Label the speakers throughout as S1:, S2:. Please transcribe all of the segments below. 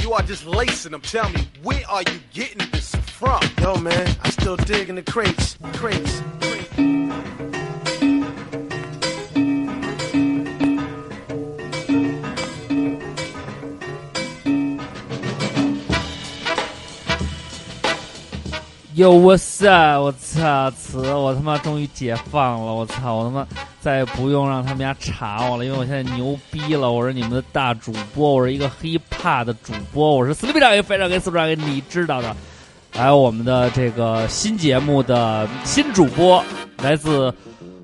S1: You are just lacing them. Tell me, where are you getting this from?
S2: Yo, man, I still dig in the crates, crates.
S3: Yo what's up？我操，词我他妈终于解放了！我操，我他妈再也不用让他们家查我了，因为我现在牛逼了！我是你们的大主播，我是一个 hiphop 的主播，我是四队长给非常给四队长给你知道的。还有我们的这个新节目的新主播，来自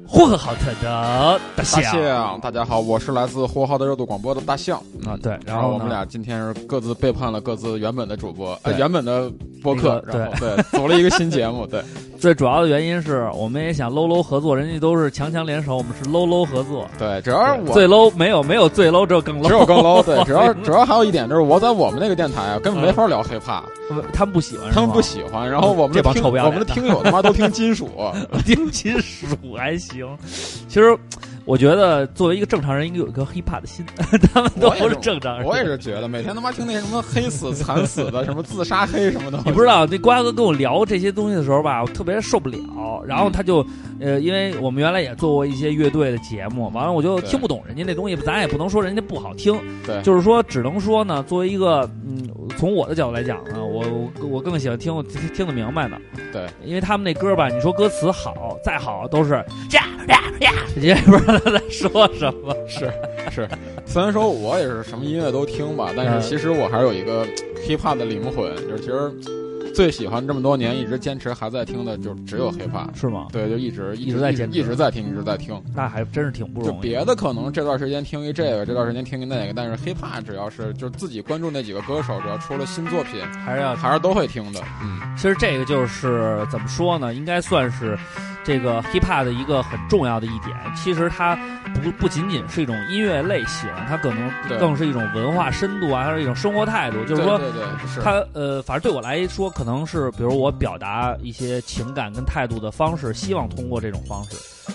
S3: 呼和浩特的大
S4: 大
S3: 象
S4: 象，大家好，我是来自呼和浩特热度广播的大象。嗯
S3: 啊，对，然
S4: 然
S3: 后
S4: 后我们
S3: 呢
S4: 俩今天是各自背叛了各自原本的主播，呃，
S3: 对
S4: 原本的播客，
S3: 那个
S4: 然后对，组了一个新节目， 对，
S3: 最主要的原因是我们也想 low low 合作，人家都是强强联手，我们是 low low 合作。
S4: 对，只要是我
S3: 最 low 没有没有最 low，只有更 low，
S4: 只有更 low，对，只要只要还有一点就是我在我们那个电台啊，根本没法聊 hiphop，
S3: 他们不喜欢，
S4: 他们不喜欢，然后我们
S3: 嗯
S4: 的
S3: 这帮
S4: 听
S3: 臭不要
S4: 我
S3: 脸
S4: 们的听友他妈都听金 属，
S3: 丁金属还行。其实我觉得作为一个正常人，应该有一颗 hiphop 的心， 他们都
S4: 我也
S3: 不
S4: 是
S3: 正常人。
S4: 我也是觉得每天他妈听那什么黑死、惨死的，什么自杀黑什么 的，
S3: 你不知道，那瓜哥跟我聊这些东西的时候吧，我特别受不了。然后他
S4: 嗯
S3: 就，呃，因为我们原来也做过一些乐队的节目，完了我就
S4: 对
S3: 听不懂人家那东西，咱也不能说人家不好听，
S4: 对
S3: 就是说只能说呢，作为一个，嗯，从我的角度来讲呢，我我我更喜欢听我听听得明白的，
S4: 对，
S3: 因为他们那歌吧，你说歌词好，再好都是呀呀呀，你也不知道他在说什么，
S4: 是是，虽然说我也是什么音乐都听吧，
S3: 嗯
S4: 但是其实我还是有一个 hiphop 的灵魂，就是其实最喜欢这么多年一直坚持还在听的，就只有 hiphop。
S3: 是吗？
S4: 对，就一直
S3: 一直在坚持
S4: 一直在听，一直在听。
S3: 那还真是挺不
S4: 就
S3: 容易。
S4: 别的可能这段时间听一这个，这段时间听一那个，但是 hiphop 只要是就是自己关注那几个歌手，只要出了新作品，
S3: 还是要
S4: 还是都会听的。嗯，
S3: 其实这个就是怎么说呢，应该算是这个 hiphop 的一个很重要的一点。其实它不不仅仅是一种音乐类型，它可能
S4: 对
S3: 更是一种文化深度啊，还是一种生活态度。就是说，
S4: 对对对，是
S3: 它呃，反正对我来说，可能是比如我表达一些情感跟态度的方式，希望通过这种方式，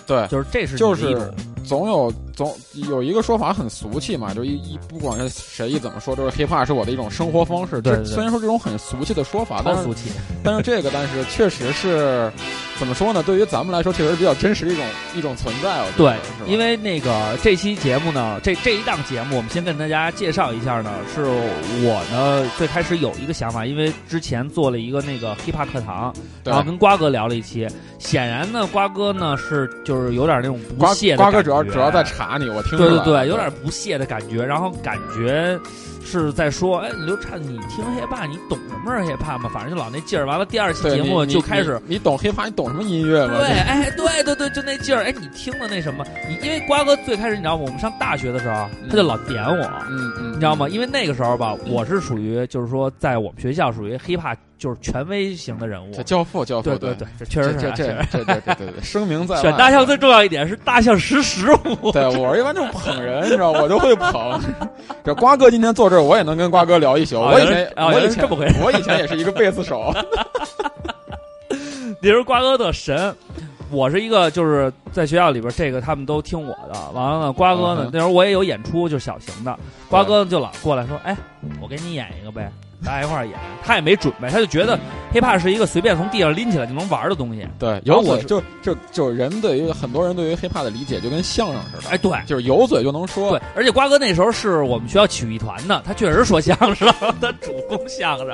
S4: 对，
S3: 就是这是你的
S4: 就是
S3: 一种
S4: 总有总有一个说法很俗气嘛，就一一不管是谁一怎么说，就是 hiphop 是我的一种生活方式。
S3: 对对
S4: 这虽然说这种很俗气的说法，
S3: 超
S4: 但是
S3: 俗气。
S4: 但是这个但是确实是怎么说呢？对于咱们来说，确实是比较真实的一种一种存在。我觉
S3: 对
S4: 得是吧，
S3: 因为那个这期节目呢，这这一档节目，我们先跟大家介绍一下呢，是我呢最开始有一个想法，因为之前做了一个那个 hiphop 课堂，
S4: 对
S3: 然后跟瓜哥聊了一期，显然呢，瓜哥呢是就是有点那种不
S4: 瓜
S3: 屑的
S4: 瓜哥
S3: 感
S4: 主要
S3: 觉
S4: 主要在查你，我听出
S3: 对
S4: 来
S3: 对
S4: 了
S3: 对，有点不屑的感觉，然后感觉是在说，哎，刘畅，你听 hiphop，你懂什么是 hiphop 吗？反正就老那劲儿。完了，第二期
S4: 对
S3: 节
S4: 你
S3: 目
S4: 你
S3: 就开始
S4: 你你懂 hiphop，你懂什么音 乐吗？
S3: 对，哎，对对对，就那劲儿。哎，你听的那什么，你因为瓜哥最开始你知道吗？我们上大学的时候，啊他就老点我，
S4: 嗯嗯，
S3: 你知道吗？因为那个时候吧，我是属于就是说，在我们学校属于 hiphop 就是权威型的人物
S4: 这。教父教父
S3: 对
S4: 嗯对
S3: 对，这确
S4: 这
S3: 实是
S4: 这啊
S3: 啊确
S4: 这
S3: 实
S4: 这这这这这声明在外
S3: 选大象最重要一点是大象识时务。
S4: 对我一般就捧人，你知道，我就会捧。这瓜哥今天坐这儿，我也能跟瓜哥聊一宿。
S3: 哦
S4: 我以
S3: 原来
S4: 前
S3: 是，哦
S4: 我
S3: 原来
S4: 以
S3: 是
S4: 前
S3: 这么回事，
S4: 我以前也是一个贝斯手。
S3: 你说瓜哥特神，我是一个就是在学校里边，这个他们都听我的。完了呢，瓜哥呢、
S4: 嗯哼
S3: 那时候我也有演出，就是小型的，瓜哥就老过来说：“哎，我给你演一个呗，大家一块儿演。”他也没准备，他就觉得 hiphop 是一个随便从地上拎起来就能玩的东西。
S4: 对，
S3: 然后
S4: 有
S3: 我
S4: 嘴就就就人对于很多人对于 hiphop 的理解就跟相声似的，
S3: 哎，对
S4: 就是有嘴就能说
S3: 对。，而且瓜哥那时候是我们学校曲艺团的，他确实说相声， 他主攻相声，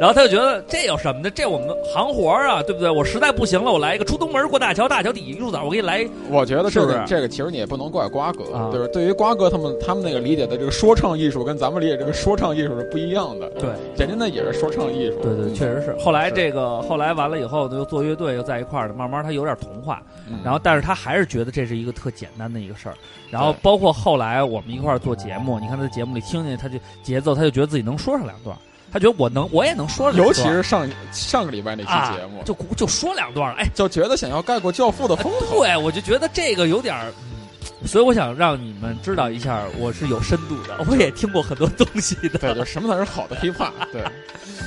S3: 然后他就觉得这有什么的，这我们行活儿啊，对不对？我实在不行了，我来一个出东门过大桥，大桥底一路枣，我给你来一
S4: 我觉得这
S3: 是
S4: 个
S3: 不是
S4: 这个其实你也不能怪瓜哥
S3: 啊，
S4: 就是对于瓜哥他们他们那个理解的这个说唱艺术跟咱们理解这个说唱艺术是不一样的，
S3: 对。
S4: 人家那也是说唱艺术。
S3: 对对，
S4: 嗯
S3: 确。实是。后来
S4: 是
S3: 这个，后来完了以后，就做乐队又在一块儿了，慢慢他有点同化，
S4: 嗯
S3: 然后但是他还是觉得这是一个特简单的一个事儿。然后
S4: 对
S3: 包括后来我们一块儿做节目，你看他在节目里听见他就节奏，他就觉得自己能说上两段儿，他觉得我能，我也能说上两段儿，
S4: 尤其是上上个礼拜那
S3: 啊
S4: 期节目，
S3: 就就说两段儿，哎，啊
S4: 就觉得想要盖过《教父》的风头。
S3: 对，我就觉得这个有点儿。嗯所以我想让你们知道一下，我是有深度的，我也听过很多东西的。
S4: 对，就什么才是好的 hiphop？对，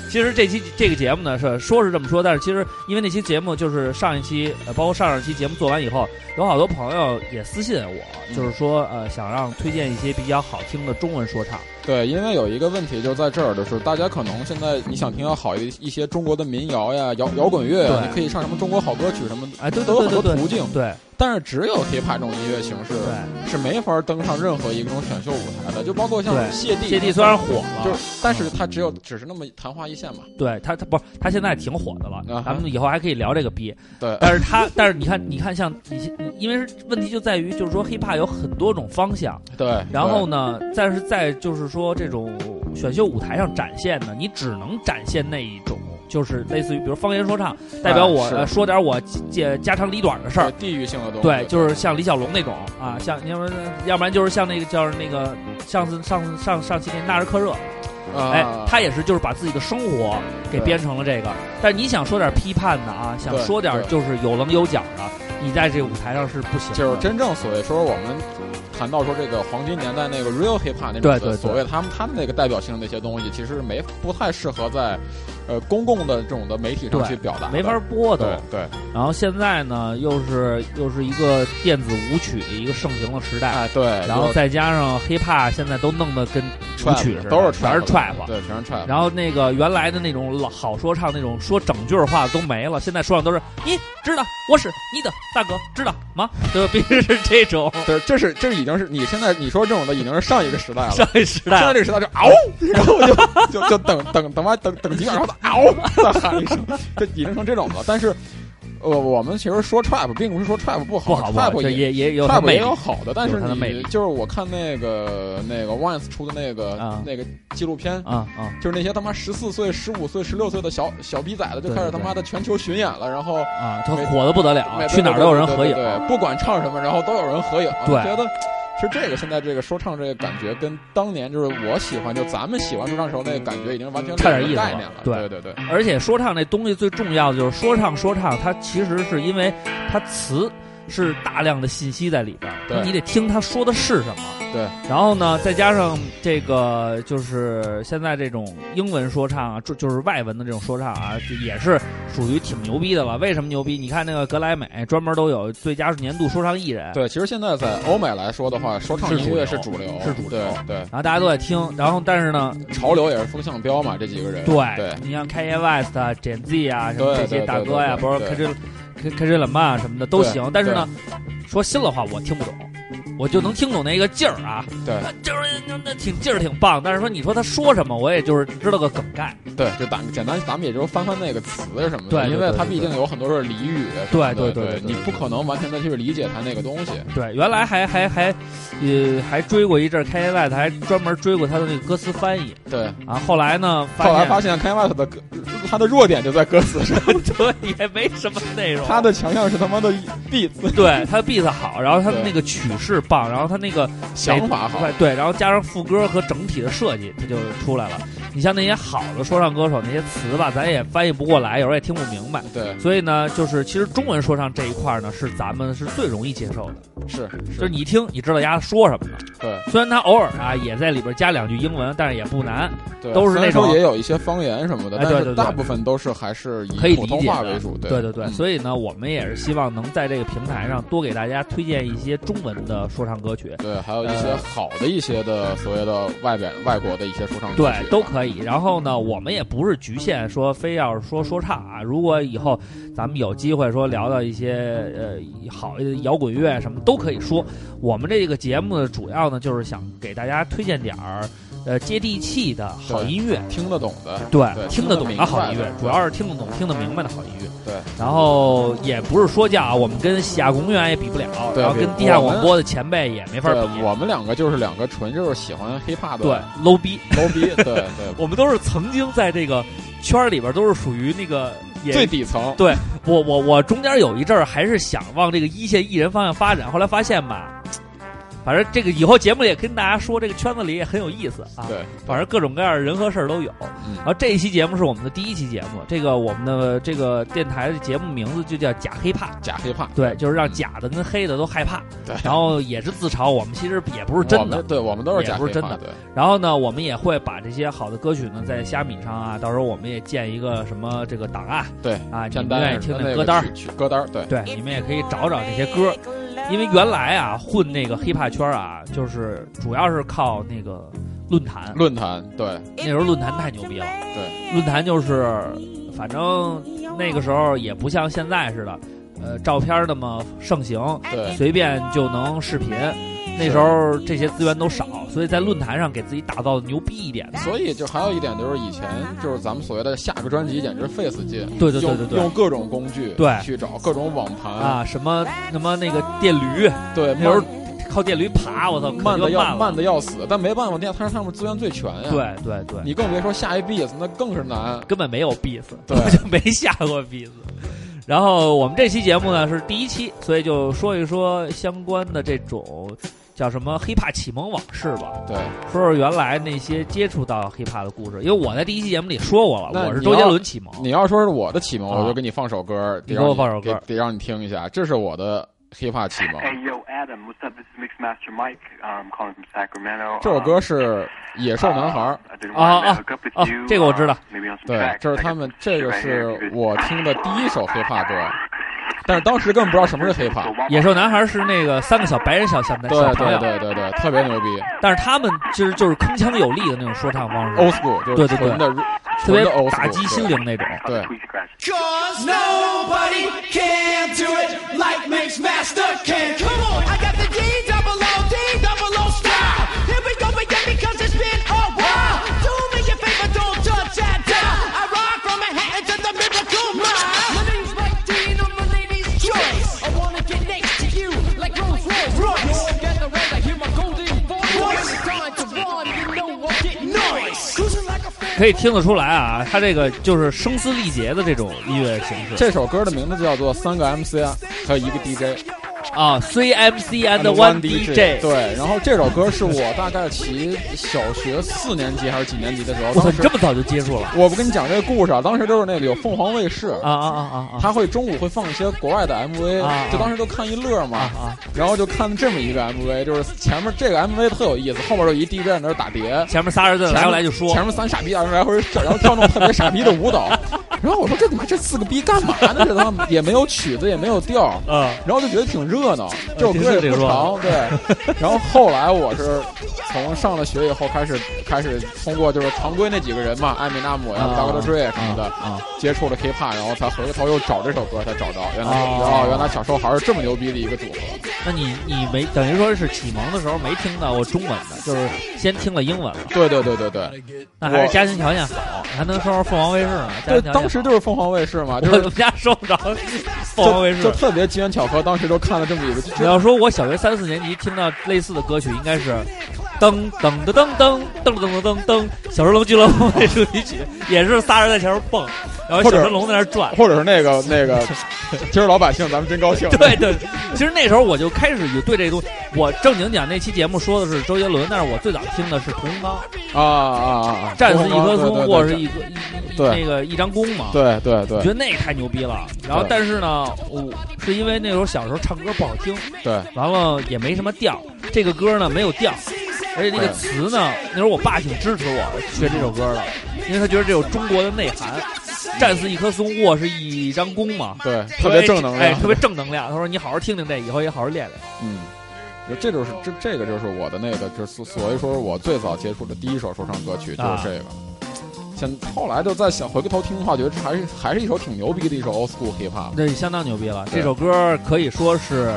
S3: 其实这期这个节目呢，是说是这么说，但是其实因为那期节目就是上一期，呃，包括上上期节目做完以后，有好多朋友也私信我，
S4: 嗯
S3: 就是说呃，想让推荐一些比较好听的中文说唱。
S4: 对，因为有一个问题就在这儿，就是大家可能现在你想听到好一一些中国的民谣呀、摇摇滚乐呀，
S3: 对
S4: 你可以上什么中国好歌曲什么，
S3: 哎，对
S4: 都
S3: 对对对
S4: 有很多
S3: 对，
S4: 途径。
S3: 对
S4: 但是只有 hiphop 这种音乐形式
S3: 对，
S4: 是没法登上任何一种选秀舞台的，就包括像
S3: 对
S4: 谢帝，
S3: 谢帝虽然火了，
S4: 就是，但是他只有只是那么昙花一现嘛。
S3: 对他他不是他现在挺火的了
S4: 啊哈，
S3: 咱们以后还可以聊这个逼。
S4: 对，
S3: 但是他但是你看你看像你先因为是问题就在于就是说 hiphop 有很多种方向，
S4: 对，
S3: 然后呢，但是在就是说这种选秀舞台上展现呢，你只能展现那一种。就是类似于，比如方言说唱，代表我、
S4: 啊是
S3: 呃说点我家家长里短的事
S4: 对
S3: 儿，
S4: 地域性的东西，
S3: 对，就是像李小龙那种啊，像要不然要不然就是像那个叫那个上次上次上上期那纳日克热，
S4: 啊
S3: 哎，他也是就是把自己的生活给编成了这个。但是你想说点批判的啊，想
S4: 对
S3: 说点
S4: 对
S3: 就是有棱有角的，你在这个舞台上是不行的。
S4: 就是真正所谓说我们谈到说这个黄金年代那个 real hip hop 那种
S3: 对
S4: 的
S3: 对对
S4: 所谓他们他们那个代表性的那些东西，其实没不太适合在呃公共的这种的媒体上
S3: 对
S4: 去表达，
S3: 没法。播
S4: 对
S3: 的。
S4: 对，
S3: 然后现在呢，又是又是一个电子舞曲一个盛行的时代，
S4: 哎对，
S3: 然后
S4: 就
S3: 再加上 hiphop 现在都弄得跟舞
S4: trap
S3: 曲似的，
S4: 都是
S3: 全是
S4: trap，
S3: trap。
S4: 对，全是 trap。
S3: 然后那个原来的那种老好说唱那种说整句儿话都没了，现在说唱都是你知道我是你的大哥知道吗？ 对，必须是这种
S4: 对，这是这已经是你现在你说这种的已经是上一个时代了，
S3: 上啊一时
S4: 现
S3: 代
S4: 在这个时代就嗷，然后就就就等等等妈等等几秒，然后嗷再喊一声，就已经成这种了。但是，呃，我们其实说 trap 并不是说 trap
S3: 不
S4: 不好
S3: 好
S4: t r
S3: 好
S4: a p
S3: 这
S4: 也
S3: 也也有它
S4: trap
S3: 魅
S4: 也
S3: 力
S4: 有好的，但是
S3: 有它的魅
S4: 你
S3: 力
S4: 就是我看那个那个 Once 出的那个、
S3: 啊
S4: 那个纪录片。
S3: 啊啊！
S4: 就是那些他妈十四岁、十五岁、十六岁的小小逼崽子，就
S3: 对
S4: 开始
S3: 对
S4: 他
S3: 对
S4: 妈的全球巡演了，然后
S3: 啊，他
S4: 每
S3: 火的不得了
S4: 每，
S3: 去哪儿都有人合影
S4: 对，对对不管唱什么，然后都有人合影。
S3: 对
S4: 我觉得其实这个现在这个说唱这个感觉，跟当年就是我喜欢，就咱们喜欢说唱时候那个感觉，已经完全
S3: 差点
S4: 两个
S3: 意思
S4: 概
S3: 了
S4: 念了。对
S3: 对
S4: 对对，
S3: 而且说唱这东西最重要的就是说唱，说唱它其实是因为它词是大量的信息在里边儿，
S4: 对
S3: 那你得听他说的是什么。
S4: 对，
S3: 然后呢，再加上这个就是现在这种英文说唱啊，就就是外文的这种说唱啊，就也是属于挺牛逼的了。为什么牛逼？你看那个格莱美专门都有最佳年度说唱艺人，
S4: 对，其实现在在欧美来说的话，说唱
S3: 是
S4: 音
S3: 主
S4: 乐
S3: 流
S4: 是主流，
S3: 是主流
S4: 对对，
S3: 然后大家都在听，然后但是呢，
S4: 潮流也是风向标嘛，这几个人。
S3: 对，
S4: 对
S3: 你像 Kanye West 啊、Gen Z 啊什么
S4: 对
S3: 这
S4: 对
S3: 些大
S4: 对
S3: 哥呀，
S4: 对
S3: 包括
S4: 对
S3: k a j k a j 冷曼什么的都
S4: 对
S3: 行。但是呢，说心里话我听不懂，我就能听懂那个劲儿啊，
S4: 嗯对
S3: 啊就是那那挺劲儿挺棒。但是说你说他说什么，我也就是只知道个梗概。
S4: 对，就咱们简单，咱们也就是翻翻那个词什么的，
S3: 对对
S4: 因为
S3: 对
S4: 它
S3: 对
S4: 毕竟有很多是俚语什么
S3: 对
S4: 的。
S3: 对
S4: 对
S3: 对对对
S4: 你不可能完全的去理解它那个东西。
S3: 对，原来还还还，呃，还追过一阵 Kanye West，还专门追过他的那个歌词翻译
S4: 对，
S3: 啊。后来呢，发
S4: 后
S3: 现
S4: 来发现 Kanye West 的歌，他的弱点就在歌词上，
S3: 对也没什么内容，
S4: 他的强项是他妈的 beat
S3: 对他的 beat 好，然后他的
S4: 对
S3: 那个曲式棒，然后他那个。
S4: 想法好。
S3: 对对，然后加上副歌和整体的设计，它就出来了。你像那些好的说唱歌手，那些词吧，咱也翻译不过来，有时候也听不明白。
S4: 对，
S3: 所以呢，就是其实中文说唱这一块呢，是咱们是最容易接受的，
S4: 是
S3: 就是你一听你知道丫说什么了。
S4: 对
S3: 虽然他偶尔啊也在里边加两句英文，但是也不难。
S4: 对，
S3: 都是
S4: 虽然
S3: 那种啊
S4: 说也有一些方言什么的，
S3: 哎
S4: 但
S3: 对
S4: 是
S3: 对对
S4: 大部分都是还是
S3: 可以
S4: 以
S3: 理
S4: 普
S3: 解的
S4: 通话为主。
S3: 对对对，
S4: 嗯
S3: 所以呢，我们也是希望能在这个平台上多给大家推荐一些中文的说唱歌曲。
S4: 对，还有一些
S3: 呃
S4: 好的一些的所谓的外边外国的一些说唱歌
S3: 对
S4: 曲，啊
S3: 都可以。然后呢，我们也不是局限说非要是说说唱啊。如果以后咱们有机会说聊到一些呃好的摇滚乐什么都可以说。我们这个节目的主要呢，就是想给大家推荐点儿呃接地气的好音乐。
S4: 听得懂的。
S3: 对
S4: 对，
S3: 听得懂的好音
S4: 听得明白
S3: 乐
S4: 的，
S3: 主要是听得懂、听得明白的好音乐。
S4: 对，
S3: 然后也不是说教啊，我们跟喜亚公园也比不了，
S4: 对
S3: 然后跟
S4: 比
S3: 地下
S4: 我们
S3: 广播的前辈也没法
S4: 对
S3: 比。，
S4: 我们两个就是两个纯就是喜欢 hiphop
S3: 对
S4: 的
S3: low 逼，
S4: low 逼，对对，
S3: 我们都是曾经在这个圈儿里边儿都是属于那个也
S4: 最底层。
S3: 我我我中间有一阵儿还是想往这个一线艺人方向发展，后来发现吧，反正这个以后节目里也跟大家说，这个圈子里也很有意思啊。
S4: 对，
S3: 反正各种各样的人和事儿都有。
S4: 嗯
S3: 然后这一期节目是我们的第一期节目，这个我们的这个电台的节目名字就叫“假黑怕”。
S4: 假黑怕，
S3: 对，就是让假的跟黑的都害怕，
S4: 对
S3: 然后也是自嘲，我们其实也不是
S4: 我
S3: 真的
S4: 们，对我们都是假
S3: 也不
S4: 黑
S3: 是真的
S4: 怕，对，
S3: 然后呢，我们也会把这些好的歌曲呢，在虾米上啊，到时候我们也建一个什么这个档案
S4: 对，
S3: 啊，你
S4: 片
S3: 们
S4: 单
S3: 愿意
S4: 什
S3: 听
S4: 么
S3: 的
S4: 那
S3: 歌
S4: 个
S3: 单儿，
S4: 曲曲歌单儿，对，
S3: 对，你们也可以找找这些歌，因为原来啊，混那个 hiphop 圈啊，就是主要是靠那个论坛，
S4: 论坛，对，
S3: 那时候论坛太牛逼了，
S4: 对，
S3: 论坛就是反正那个时候也不像现在似的，呃，照片那么盛行，
S4: 对，
S3: 随便就能视频。那时候这些资源都少，所以在论坛上给自己打造的牛逼一点。
S4: 所以就还有一点就是以前就是咱们所谓的下个专辑简直费死劲，
S3: 对对对对
S4: 用
S3: 对
S4: 用各种工具
S3: 对
S4: 去找各种网盘，
S3: 啊，什么什么那个电驴，
S4: 对，
S3: 那时候
S4: 慢
S3: 靠电驴爬，我操，可
S4: 慢
S3: 就
S4: 的要
S3: 慢了。
S4: 慢的要死，但没办法，电台上面资源最全呀，，
S3: 对对对，
S4: 你更别说下一 beats 那更是难，
S3: 根本没有 beats，
S4: 对
S3: 我 就没下过 beats。然后我们这期节目呢是第一期，所以就说一说相关的这种叫什么 hiphop 启蒙往事吧，
S4: 对，
S3: 说说原来那些接触到 hiphop 的故事。因为我在第一期节目里说过了，
S4: 那
S3: 我是
S4: 你
S3: 周杰
S4: 要
S3: 伦启蒙。
S4: 你要说是我的启蒙，
S3: 啊
S4: 我就给你放首歌，
S3: 你
S4: 得
S3: 给我
S4: 让
S3: 放首歌
S4: 给得让你听一下，这是我的 hiphop 启 蒙。
S5: Hey yo, Adam, what's up? This is Mixmaster Mike. I'm calling from Sacramento. Um,
S4: 这首歌是《野兽男孩》，
S5: I didn't want
S3: 啊，啊，
S5: to hook up with
S3: 啊，
S5: you.
S3: 这个我知道。
S5: uh, Maybe on some
S4: 对，
S5: tracks.
S4: 这是
S5: I
S4: 他
S5: got
S4: 们
S5: some
S4: 哎这
S5: shit
S4: 个
S5: right
S4: 是
S5: here.
S4: 我听的第一首 hiphop 歌，但是当时根本不知道什么是 hiphop。
S3: 野兽男孩是那个三个小白人小小男
S4: 对
S3: 小朋
S4: 对
S3: 友，
S4: 对对对，特别牛逼
S3: 但是他们其实就是铿锵有力的那种说唱方式，
S4: ，old school 就
S3: 对
S4: 是
S3: 对对
S4: 纯的
S3: 特别
S4: 纯的 old school，
S3: 打击心灵那种。
S4: 对
S5: Tweet scratch.
S2: Cause nobody can do it like Mix Master can. Come on, I got the D double O D double O style. Here we go again because it's been a while. Do me a favor, don't touch that dial. I ride from Manhattan to the Miracle Mile.
S6: My name's Mike Dean, I'm the lady's choice. I wanna get next to you like Rolls Royce.
S2: Royce.
S6: No one gather round, I hear my golden voice.
S2: Royce.
S6: Every time to run, you know I'm getting noise. Cruising like a fan.
S3: 可以听得出来啊，他这个就是声嘶力竭的这种音乐形式
S4: 这首歌的名字叫做《三个 MC》，还有一个 DJ
S3: 啊，CMC and
S4: and
S3: One
S4: DJ。
S3: DJ。
S4: 对，然后这首歌是我大概骑小学四年级还是几年级的时候，
S3: 我操，
S4: 当
S3: 你
S4: 时
S3: 这么早就接触了
S4: 我不跟你讲这个故事啊，当时就是那个有凤凰卫视
S3: 啊啊啊啊啊！
S4: 他会中午会放一些国外的 MV，、
S3: 啊
S4: 就当时都看一乐嘛，
S3: 啊
S4: 然后就看这么一个 MV，就是前面这个 MV 特有意思，后面有一 DJ 在那儿打碟，
S3: 前面仨人在
S4: 前
S3: 来
S4: 面
S3: 回来就说
S4: 呃前面三傻逼，然后来回跳，然后跳那种特别傻逼的舞蹈，然后我说这他妈这四个逼干嘛呢？这他妈也没有曲子，也没有调儿，
S3: 嗯
S4: 然后就觉得挺热闹，这首
S3: 挺
S4: 歌
S3: 挺
S4: 也不
S3: 热闹
S4: 长，对。然后后来我是从上了学以后开始开始通过就是常规那几个人嘛，艾米纳姆呀、
S3: 啊
S4: 大 o 睡什么的，
S3: 啊啊
S4: 接触了 hiphop，然后才回过头又找这首歌才找到，原来
S3: 哦
S4: 哦，原来小时候还是这么牛逼的一个组合，
S3: 那你你没等于说是启蒙的时候没听到过中文的，就是先听了英文了，
S4: 对对对对对，
S3: 那还
S4: 我
S3: 是家庭条件好，还能收着凤凰卫视呢。家
S4: 对
S3: 庭条件，
S4: 当时
S3: 好
S4: 就是凤凰卫视嘛，就
S3: 我
S4: 是
S3: 们家收不着凤凰卫
S4: 就
S3: 视，
S4: 就特别机缘巧合，当时就看了这么一个，
S3: 你
S4: 就
S3: 要说我小学三四年级听到类似的歌曲，应该是噔噔噔噔噔噔噔噔噔噔，小神龙俱乐部那主题曲，也是仨人在前面蹦，然后
S4: 或
S3: 小
S4: 者
S3: 神龙在那儿转。
S4: 或者是那个 那个，今儿老百姓咱们真高兴，
S3: 对对，其实那时候我就开始有对这东西，我正经讲那期节目说的是周杰伦，但是我最早听的是屠洪刚，
S4: 啊啊啊啊，
S3: 战死一棵
S4: 对对
S3: 松，
S4: 对
S3: 或者是一个一一
S4: 对
S3: 那个一张弓嘛。
S4: 对对对
S3: 我觉得那太牛逼了，然后
S4: 对
S3: 但是呢，我是因为那时候小时候唱歌不好听，
S4: 对
S3: 完了也没什么调，这个歌呢没有调，而且那个
S4: 对
S3: 词呢，那时候我爸挺支持我学这首歌的，因为他觉得这有中国的内涵。战似一棵松，卧是一张弓嘛，
S4: 对，特别正能
S3: 哎，
S4: 量
S3: 特，别正能量。他说你好好听听这，以后也好好练练。
S4: 嗯。就这就是这这个就是我的那个就是所所以说是我最早接触的第一首说唱歌曲就
S3: 啊
S4: 是这个，现后来就再想回过头听的话，觉得这还是还是一首挺牛逼的一首 old school hip hop。
S3: 那相当牛逼了，这
S4: 对
S3: 首歌可以说是，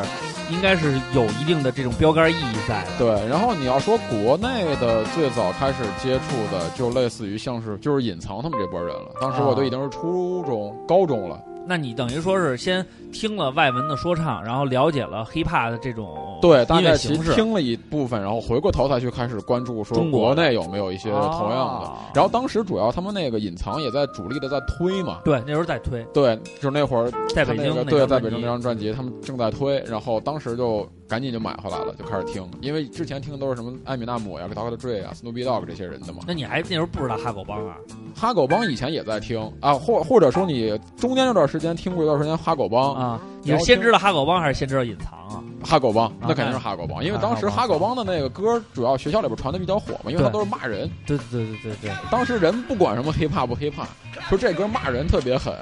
S3: 应该是有一定的这种标杆意义在的。
S4: 对，然后你要说国内的最早开始接触的，就类似于像是就是隐藏他们这波人了。当时我都已经是初中、高中了，
S3: 那你等于说是先听了外文的说唱，然后了解了 hiphop 的这种
S4: 对，大
S3: 音乐
S4: 概其
S3: 形
S4: 实
S3: 式。
S4: 听了一部分，然后回过头才去开始关注说
S3: 中国
S4: 国
S3: 的
S4: 内有没有一些同样的。
S3: 哦
S4: 然后当时主要他们那个隐藏也在主力的在推嘛。
S3: 对，那时候在推，
S4: 对，就是那会儿
S3: 在
S4: 他
S3: 北
S4: 那
S3: 京
S4: 个
S3: 那
S4: 对，
S3: 张
S4: 在
S3: 专
S4: 北京
S3: 辑
S4: 那张专辑，他们正在推，然后当时就赶紧就买回来了，就开始听，因为之前听的都是什么艾米纳姆呀、Dr. Dre 啊、Snoopy Dogg 这些人的嘛。
S3: 那你还那时候不知道哈狗帮啊？
S4: 哈狗帮以前也在听啊，或或者说你中间有段时间听过一段时间哈狗帮，
S3: 啊，你是先知道哈狗帮还是先知道隐藏啊？
S4: 哈狗帮，
S3: 啊
S4: 那肯定是哈狗帮，因为
S3: 啊
S4: 当时
S3: 哈
S4: 哈
S3: 狗
S4: 狗
S3: 帮
S4: 帮的那个歌，主要学校里边传的比较火嘛，因为它
S3: 对
S4: 都是骂人。
S3: 对对对对对对，
S4: 当时人不管什么 hiphop 不 hiphop，说这歌骂人特 别狠，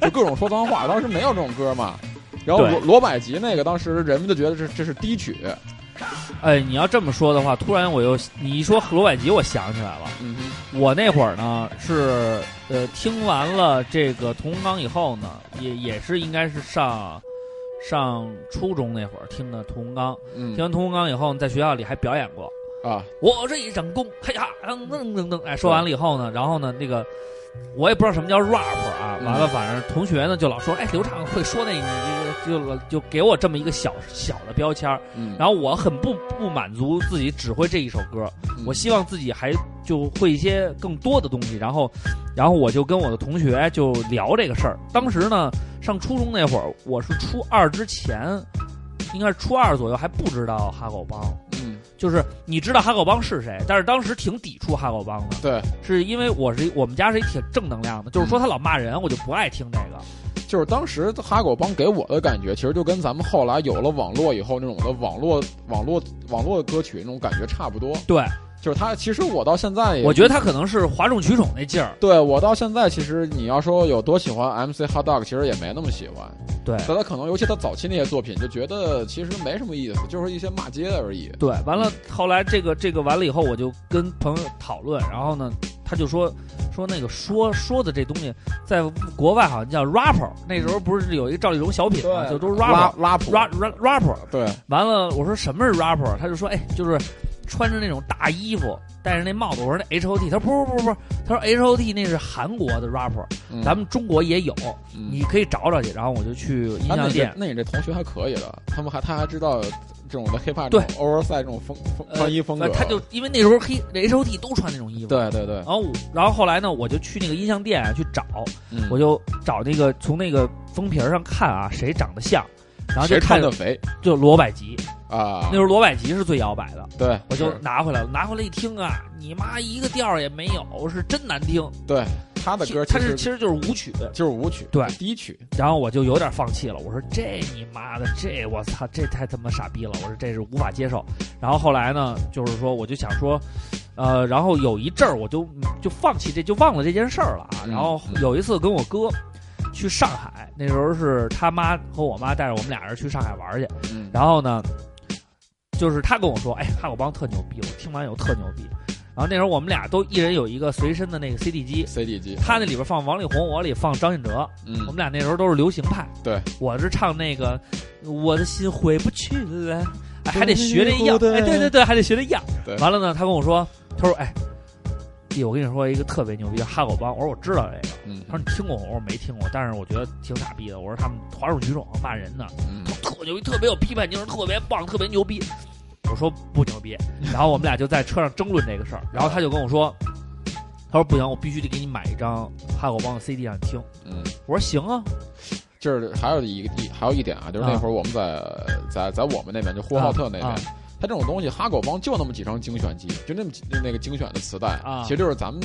S4: 就各种说脏话。当时没有这种歌嘛。然后
S3: 对
S4: 罗罗百吉那个，当时人们就觉得这这是低曲，
S3: 哎，你要这么说的话，突然我又你一说罗百吉，我想起来了，
S4: 嗯哼，
S3: 我那会儿呢是呃听完了这个屠洪刚以后呢，也也是应该是上上初中那会儿听的屠洪刚，听
S4: 嗯
S3: 完屠洪刚以后，在学校里还表演过。
S4: 啊，
S3: 我这一整功，嘿呀，噔噔噔噔，哎，说完了以后呢，然后呢，那个我也不知道什么叫 rap 啊，
S4: 嗯
S3: 完了，反正同学呢就老说，哎，刘畅会说那，你这个就就给我这么一个小小的标签儿，
S4: 嗯，
S3: 然后我很不不满足自己只会这一首歌，
S4: 嗯
S3: 我希望自己还就会一些更多的东西，然后，然后我就跟我的同学就聊这个事儿。当时呢，上初中那会儿，我是初二之前，应该是初二左右还不知道哈狗帮。
S4: 嗯，
S3: 就是你知道哈狗帮是谁，但是当时挺抵触哈狗帮的，
S4: 对，
S3: 是因为我是一我们家是一挺正能量的，就是说他老骂人，我就不爱听这个。
S4: 就是当时哈狗帮给我的感觉，其实就跟咱们后来有了网络以后那种的网络网络网络歌曲那种感觉差不多。
S3: 对，
S4: 就是他，其实我到现在也，
S3: 我觉得他可能是哗众取宠那劲儿。
S4: 对我到现在，其实你要说有多喜欢 MC Hot Dog，其实也没那么喜欢。
S3: 对
S4: 但他可能，尤其他早期那些作品，就觉得其实没什么意思，就是一些骂街的而已。
S3: 对，完了后来这个这个完了以后，我就跟朋友讨论，然后呢，他就说说那个说说的这东西，在国外好像叫 rapper，那时候不是有一个赵丽蓉小品嘛，就都是
S4: 拉
S3: rapper。
S4: 拉普，
S3: rap rap rapper，
S4: 对，
S3: 完了，我说什么是 rapper？他就说，哎，就是穿着那种大衣服，戴着那帽子。我说那 H O T，他说不不不不，他说 H O T 那是韩国的 rapper，、
S4: 嗯
S3: 咱们中国也有，
S4: 嗯
S3: 你可以找找去。然后我就去音
S4: 啊那
S3: 像
S4: 你
S3: 店
S4: 这，那你这同学还可以的，他们还他还知道这种的 hiphop
S3: 对
S4: oversize 这种风风
S3: 呃
S4: 穿衣风格，
S3: 他就哦因为那时候黑 H O T 都穿那种衣服。
S4: 对对对
S3: 然，后我，然后后来呢，我就去那个音像店啊去找，
S4: 嗯
S3: 我就找那个从那个封皮儿上看啊，谁长得像，然后就
S4: 谁
S3: 看
S4: 穿的肥
S3: 就罗百吉，
S4: 啊
S3: 那时？候罗百吉是最摇摆的，
S4: 对，
S3: 我就是拿回来了，拿回来一听啊，你妈一个调儿也没有，是真难听。
S4: 对他的歌，
S3: 它
S4: 其
S3: 是
S4: 实
S3: 其实就是舞曲，
S4: 就是舞曲，
S3: 对
S4: 低曲，
S3: 然后我就有点放弃了。我说这你妈的，这我操，这太他妈傻逼了！我说这是无法接受。然后后来呢，就是说我就想说，呃，然后有一阵儿我就就放弃这就忘了这件事儿了啊。
S4: 嗯
S3: 然后有一次跟我哥去上海，那时候是他妈和我妈带着我们俩人去上海玩去，
S4: 嗯，
S3: 然后呢，就是他跟我说，哎，哈狗帮特牛逼，我听完以后特牛逼。然后那时候我们俩都一人有一个随身的那个 CD 机，
S4: CD 机，
S3: 他那里边放王力宏，我里放张信哲，
S4: 嗯
S3: 我们俩那时候都是流行派。
S4: 对，
S3: 我是唱那个我的心回不去了，哎还得学这样，哎，对对对，还得学这样
S4: 对。
S3: 完了呢，他跟我说，他说，哎，弟，我跟你说一个特别牛逼的哈狗帮，我说我知道这个。
S4: 嗯
S3: 他说你听过吗？我说没听过，但是我觉得挺傻逼的。我说他们哗众取宠，骂人呢。
S4: 嗯
S3: 特牛逼，特别有批判精神，特别棒，特别牛逼。我说不牛逼，然后我们俩就在车上争论这个事儿，然后他就跟我说，他说不行，我必须得给你买一张哈狗帮的 CD 让你听。
S4: 嗯。
S3: 我说行啊，
S4: 就是还有一个一还有一点啊，就是那会儿我们在、在在我们那边，就呼和浩特那边，
S3: 啊
S4: 它这种东西哈狗帮就那么几张精选集，就那么几那个精选的磁带，
S3: 啊
S4: 其实就是咱们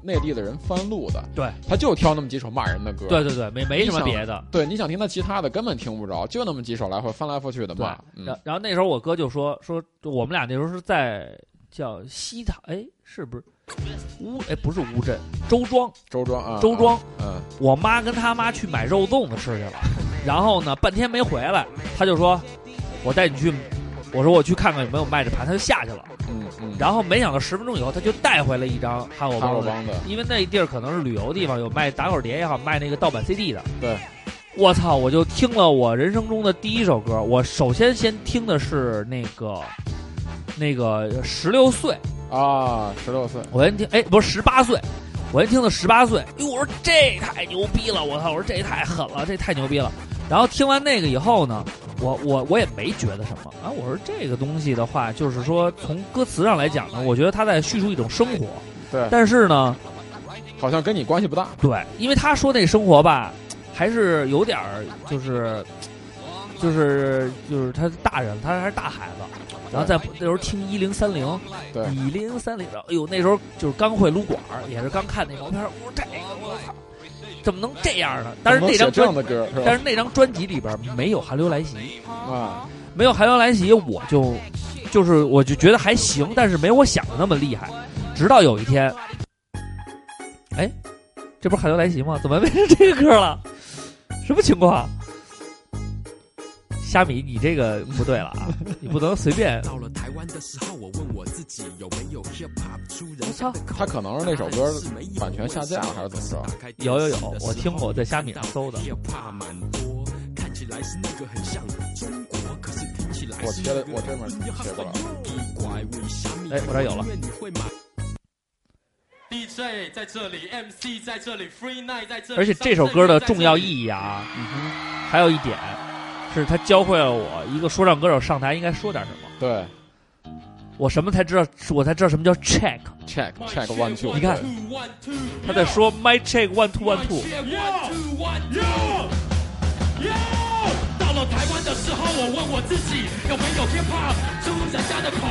S4: 内地的人翻录的，
S3: 对，
S4: 他就挑那么几首骂人的歌，
S3: 对对对，没没什么别的。
S4: 对，你想听他其他的根本听不着，就那么几首来回翻来覆去的
S3: 对，
S4: 骂
S3: 然，
S4: 嗯，
S3: 然后那时候我哥就说说我们俩那时候是在叫西塔，哎，是不是乌？哎，不是乌镇，周庄，
S4: 周庄啊，
S3: 周庄。
S4: 嗯，
S3: 我妈跟他妈去买肉粽子吃去了，然后呢，半天没回来，他就说：“我带你去。”我说：“我去看看有没有卖这盘。”他就下去了，
S4: 嗯嗯嗯，
S3: 然后没想到十分钟以后，他就带回来一张哈狗
S4: 哈
S3: 帮
S4: 狗
S3: 的，
S4: 帮的，
S3: 因为那地儿可能是旅游地方，有卖打口碟也好，卖那个盗版 CD 的。
S4: 对，
S3: 我操！我就听了我人生中的第一首歌，我首先先听的是那个。那个十六岁，
S4: 啊，十六岁，
S3: 我先听，哎，不是十八岁，我先听的十八岁，哟，我说这太牛逼了，我操，我说这太狠了，这太牛逼了。然后听完那个以后呢，我我我也没觉得什么啊，我说这个东西的话，就是说从歌词上来讲呢，我觉得他在叙述一种生活，
S4: 对，
S3: 但是呢，
S4: 好像跟你关系不大，
S3: 对，因为他说那生活吧，还是有点儿就是。就是就是他是大人，他还是大孩子，然后在那时候听一零三零，
S4: 对
S3: 一零三零，哎呦那时候就是刚会撸管儿，也是刚看那毛片儿，我说这个我操，怎么能这样呢？但是
S4: 能
S3: 那
S4: 写
S3: 张
S4: 这
S3: 专
S4: 样，的歌是吧？
S3: 但是那张专辑里边儿没有《韩流来袭》，
S4: 啊，
S3: 没有《韩流来袭》，我就就是我就觉得还行，但是没我想的那么厉害。直到有一天，哎，这不是《韩流来袭》吗？怎么变成这个歌了？什么情况？虾米，你这个不对了啊！ 你不能随便。
S7: 到了台湾的时候，我问我自己有没有 hip hop 出人
S3: 我操
S4: 他可能是那首歌版权下架了还是怎么着？
S3: 有有有，我听过，在虾米上搜的。
S7: hip hop 蛮多，看起来是那个很像中国，可是听起来
S4: 我
S7: 是
S4: 切了
S7: 那，个
S4: 我这面切过来了。
S7: 地拐为虾米
S3: 哎我这有了。
S7: 愿你会买
S8: DJ 在这里，MC 在这里，Free Night 在这里。
S3: 而且这首歌的重要意义啊，还有一点是它教会了我，一个说唱歌手上台应该说点什么。
S4: 对
S3: 我什么才知道？我才知道什么叫 check。
S4: ，check check one two，
S3: 你看他在说 my check one two one two。
S8: 到了台湾的时候，我问我自己有没有 hip hop 出人家的口，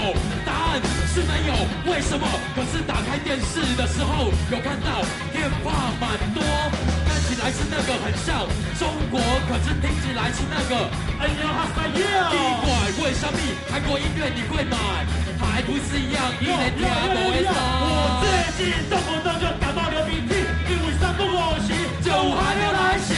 S8: 答案是没有。为什么？可是打开电视的时候，有看到 hip hop 蛮多，看起来是那个很像中国，可是听起来是那个哎呀哈塞耶！地拐为什么韩国音乐你会买？还不是一样一脸听不懂？我自己动不动就感到流鼻涕，因为三不五时就还没有来袭。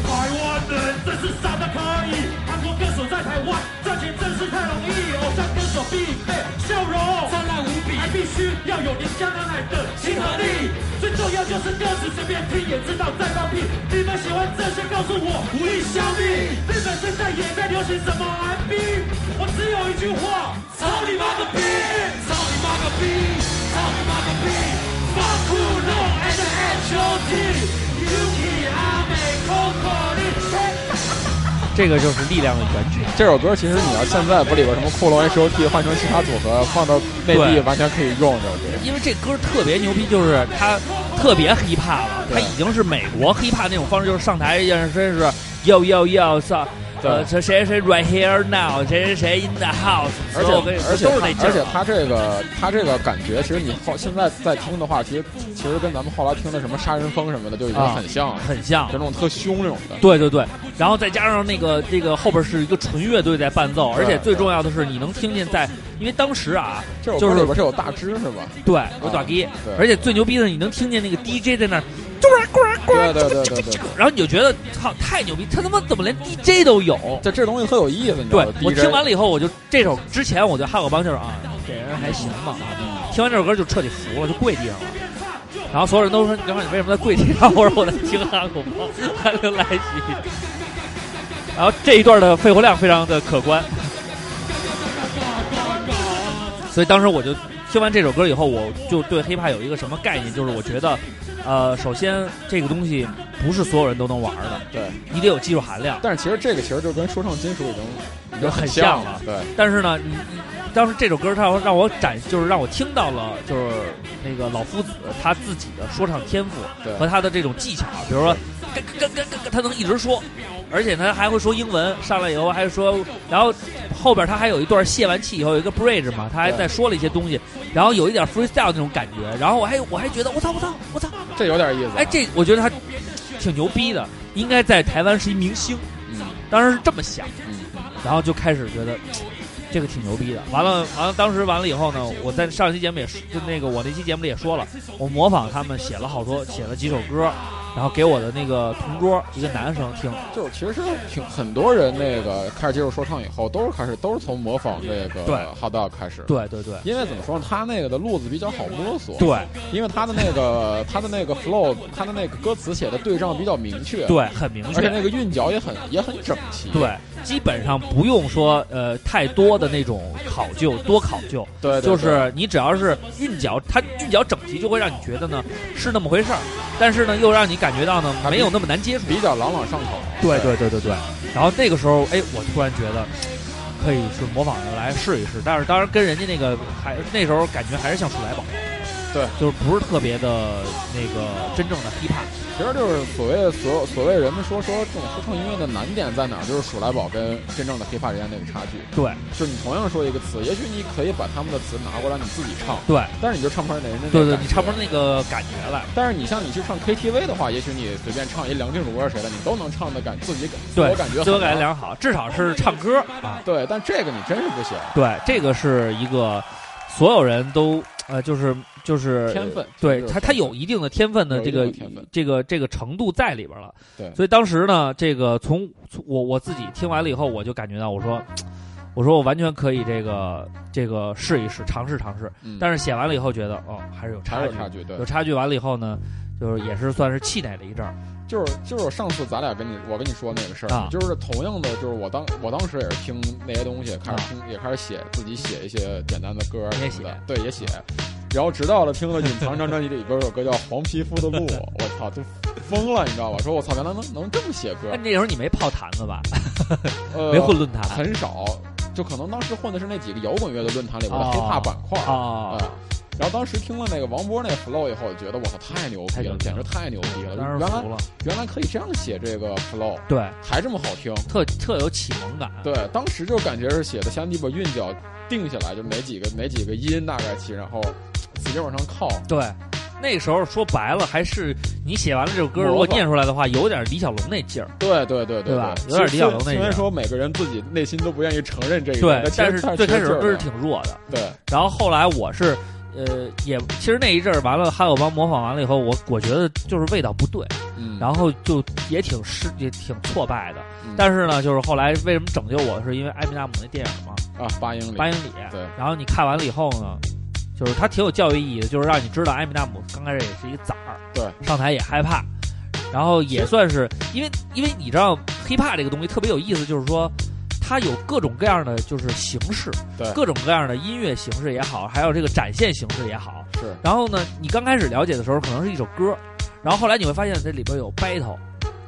S8: 台湾人真是傻的可以，韩国歌手在台湾赚钱真是太容易，偶像歌手必备笑容灿烂无比，还必须要有廉价牛奶的亲和力。最重要就是歌词随便听也知道在放屁，你们喜欢这些告诉我无力消弭。日本现在也在流行什么 R&B，我只有一句话：操你妈个逼！操你妈个逼！操你妈个逼！Fuck you, no and H O T。Yuki 阿美 Coco
S3: 这个就是力量的源泉。
S4: 这首歌其实你要现在把里边什么库龙 H O T 换成其他组合，放到内地
S3: 对
S4: 完全可以用这首歌。
S3: 因为这歌特别牛逼，就是它特别 hiphop 了，它
S4: 对
S3: 已经是美国 hiphop 那种方式，就是上台认真是 yo yo yo 操。呃，谁谁谁 right here now，谁谁谁 in the house，
S4: 而且
S3: 所有跟
S4: 而且
S3: 都是那劲
S4: 它
S3: 儿
S4: 而且他这个他这个感觉，其实你后现在在听的话，其实其实跟咱们后来听的什么杀人风什么的就已经
S3: 啊
S4: 很像了，
S3: 很像
S4: 就，那种特凶那种的。
S3: 对对对，然后再加上那个这个后边是一个纯乐队在伴奏，而且最重要的是你能听见在，因为当时啊，
S4: 这首
S3: 就
S4: 歌
S3: 是
S4: 里边是有大只是吧？
S3: 对有短笛
S4: 对，
S3: 而且最牛逼的是你能听见那个 DJ 在那儿，
S4: 对对对对对，
S3: 然后你就觉得操太牛逼，他他妈怎么连 DJ 都有？
S4: 就这东西特有意思，你知
S3: 对
S4: 道吗？
S3: 我
S4: DJ
S3: 听完了以后，我就这首之前我就汉口帮就是啊，这人还行吧。听完这首歌就彻底服了，就跪地上了。然后所有人都说：“你告诉你为什么在跪地上？”我说：“我在听汉口帮，还能来袭。”然后这一段的肺活量非常的可观，所以当时我就听完这首歌以后，我就对 hiphop 有一个什么概念，就是我觉得，呃，首先这个东西不是所有人都能玩的，
S4: 对，
S3: 你得有技术含量。
S4: 但是其实这个其实就跟说唱金属已经已经
S3: 很
S4: 像
S3: 像了
S4: 对，
S3: 但是呢，你你当时这首歌它让让我展，就是让我听到了，就是那个老夫子他自己的说唱天赋
S4: 对
S3: 和他的这种技巧，比如说，跟跟跟跟他能一直说，而且他还会说英文，上来以后还说，然后后边他还有一段泄完气以后有一个 bridge 嘛，他还
S4: 对
S3: 在说了一些东西，然后有一点 freestyle 那种感觉，然后我还我还觉得我操我操我操，
S4: 这有点意思。啊
S3: 哎，这我觉得他挺牛逼的，应该在台湾是一明星，
S4: 嗯
S3: 当时是这么想。
S4: 嗯，
S3: 然后就开始觉得这个挺牛逼的。完了，完了，当时完了以后呢，我在上一期节目也说就那个我那期节目里也说了，我模仿他们写了好多，写了几首歌，然后给我的那个同桌一个男生听，
S4: 就是其实挺很多人那个开始接触说唱以后，都是开始都是从模仿这
S3: 对
S4: 个 hot dog 开始。
S3: 对对对
S4: 因为怎么说呢，他那个的路子比较好摸索。
S3: 对
S4: 因为他的那个 他的那个 flow，他的那个歌词写的对仗比较明确，，
S3: 对，很明
S4: 而且
S3: 确。
S4: 那个韵脚也很也很整齐，
S3: 对，基本上不用说呃太多的那种考究，多考究，
S4: 对对
S3: 就是你只要是韵脚，它韵脚整齐，就会让你觉得呢是那么回事儿，但是呢又让你感觉到呢
S4: 它比
S3: 没有那么难接触。
S4: 比较朗朗上口。
S3: 对对对对对。然后那个时候，哎，我突然觉得哎可以是模仿着来试一试，但是当然跟人家那个还那时候感觉还是像鼠来宝，
S4: 对，
S3: 就是不是特别的那个真正的 hip hop。
S4: 其实就是所谓所有所谓人们说说这种说唱音乐的难点在哪儿，就是鼠来宝跟真正的 hiphop 之间那个差距。
S3: 对
S4: 就是你同样说一个词，也许你可以把他们的词拿过来你自己唱，
S3: 对
S4: 但是你就唱不上人家那个
S3: 对对，
S4: 感
S3: 你
S4: 觉
S3: 唱不出那个感觉来。
S4: 但是你像你去唱 KTV 的话，也许你随便唱一梁静茹啊谁的，你都能唱的感自己感自
S3: 对
S4: 我，感觉
S3: 自我
S4: 很
S3: 感觉
S4: 好
S3: 良好，至少是唱歌啊。
S4: 对，但这个你真是不行，
S3: 对，这个是一个所有人都呃，就是就是
S4: 天分
S3: 对
S4: 这就是
S3: 他，
S4: 天
S3: 他有一定的天分的
S4: 有
S3: 这
S4: 一定
S3: 个
S4: 的天分
S3: 这个这个程度在里边了。
S4: 对
S3: 所以当时呢，这个从从我我自己听完了以后，我就感觉到，我说，我说我完全可以这个这个试一试，尝试尝试。
S4: 嗯
S3: 但是写完了以后，觉得哦，还是有
S4: 还
S3: 差
S4: 有
S3: 距，
S4: 差距。对
S3: 有，差距。完了以后呢，就是也是算是气馁了一阵儿。
S4: 就是就是上次咱俩跟你我跟你说那个事儿、
S3: 啊
S4: 就是同样的，就是我当我当时也是听那些东西，开
S3: 啊
S4: 始听、也开始写自己写一些简单的歌儿
S3: 你也
S4: 什么的，对也写。然后直到了听了隐藏张专辑里边有首歌叫《黄皮肤的路》，我操，就疯了，你知道吧？说我操，原来能能这么写歌
S3: 那，哎那时候你没泡坛子吧？
S4: 呃，
S3: 没混论坛
S4: 很少，就可能当时混的是那几个摇滚乐的论坛里边的
S3: 哦
S4: hiphop 板块啊、
S3: 哦
S4: 嗯然后当时听了那个王波那 flow 以后，我觉得我操太牛
S3: 太
S4: 逼
S3: 牛
S4: 了，
S3: 逼
S4: 简直
S3: 了
S4: 太牛逼了！
S3: 当时
S4: 原来
S3: 服了。
S4: 原来可以这样写这个 flow，
S3: 对，
S4: 还这么好听。
S3: 特特有启蒙感。
S4: 对，当时就感觉是写的像你把韵脚定下来，就哪几个哪几个音大概齐，然后使劲往上靠。
S3: 对，那时候说白了，还是你写完了这首歌，
S4: 模仿
S3: 如果念出来的话，有点李小龙那劲儿。
S4: 对对对
S3: 对吧
S4: 对，
S3: 有点李小龙那
S4: 虽
S3: 意
S4: 然
S3: 思
S4: 说每个人自己内心都不愿意承认这一
S3: 对
S4: 点，其实
S3: 但是最开始
S4: 确实
S3: 都是
S4: 这
S3: 挺弱的。
S4: 样对
S3: 然后后来我是，呃，也其实那一阵儿完了，哈友帮模仿完了以后，我我觉得就是味道不对，
S4: 嗯，
S3: 然后就也挺失，也挺挫败的。
S4: 嗯
S3: 但是呢，就是后来为什么拯救我，是因为艾米纳姆那电影嘛，
S4: 啊八英里
S3: 《八英里》。
S4: 对
S3: 然后你看完了以后呢，就是它挺有教育意义的，就是让你知道艾米纳姆刚开始也是一个崽儿，
S4: 对，
S3: 上台也害怕，然后也算是因为因为你知道 hiphop 这个东西特别有意思，就是说。它有各种各样的就是形式，
S4: 对
S3: 各种各样的音乐形式也好，还有这个展现形式也好。
S4: 是
S3: 然后呢，你刚开始了解的时候可能是一首歌，然后后来你会发现这里边有 battle，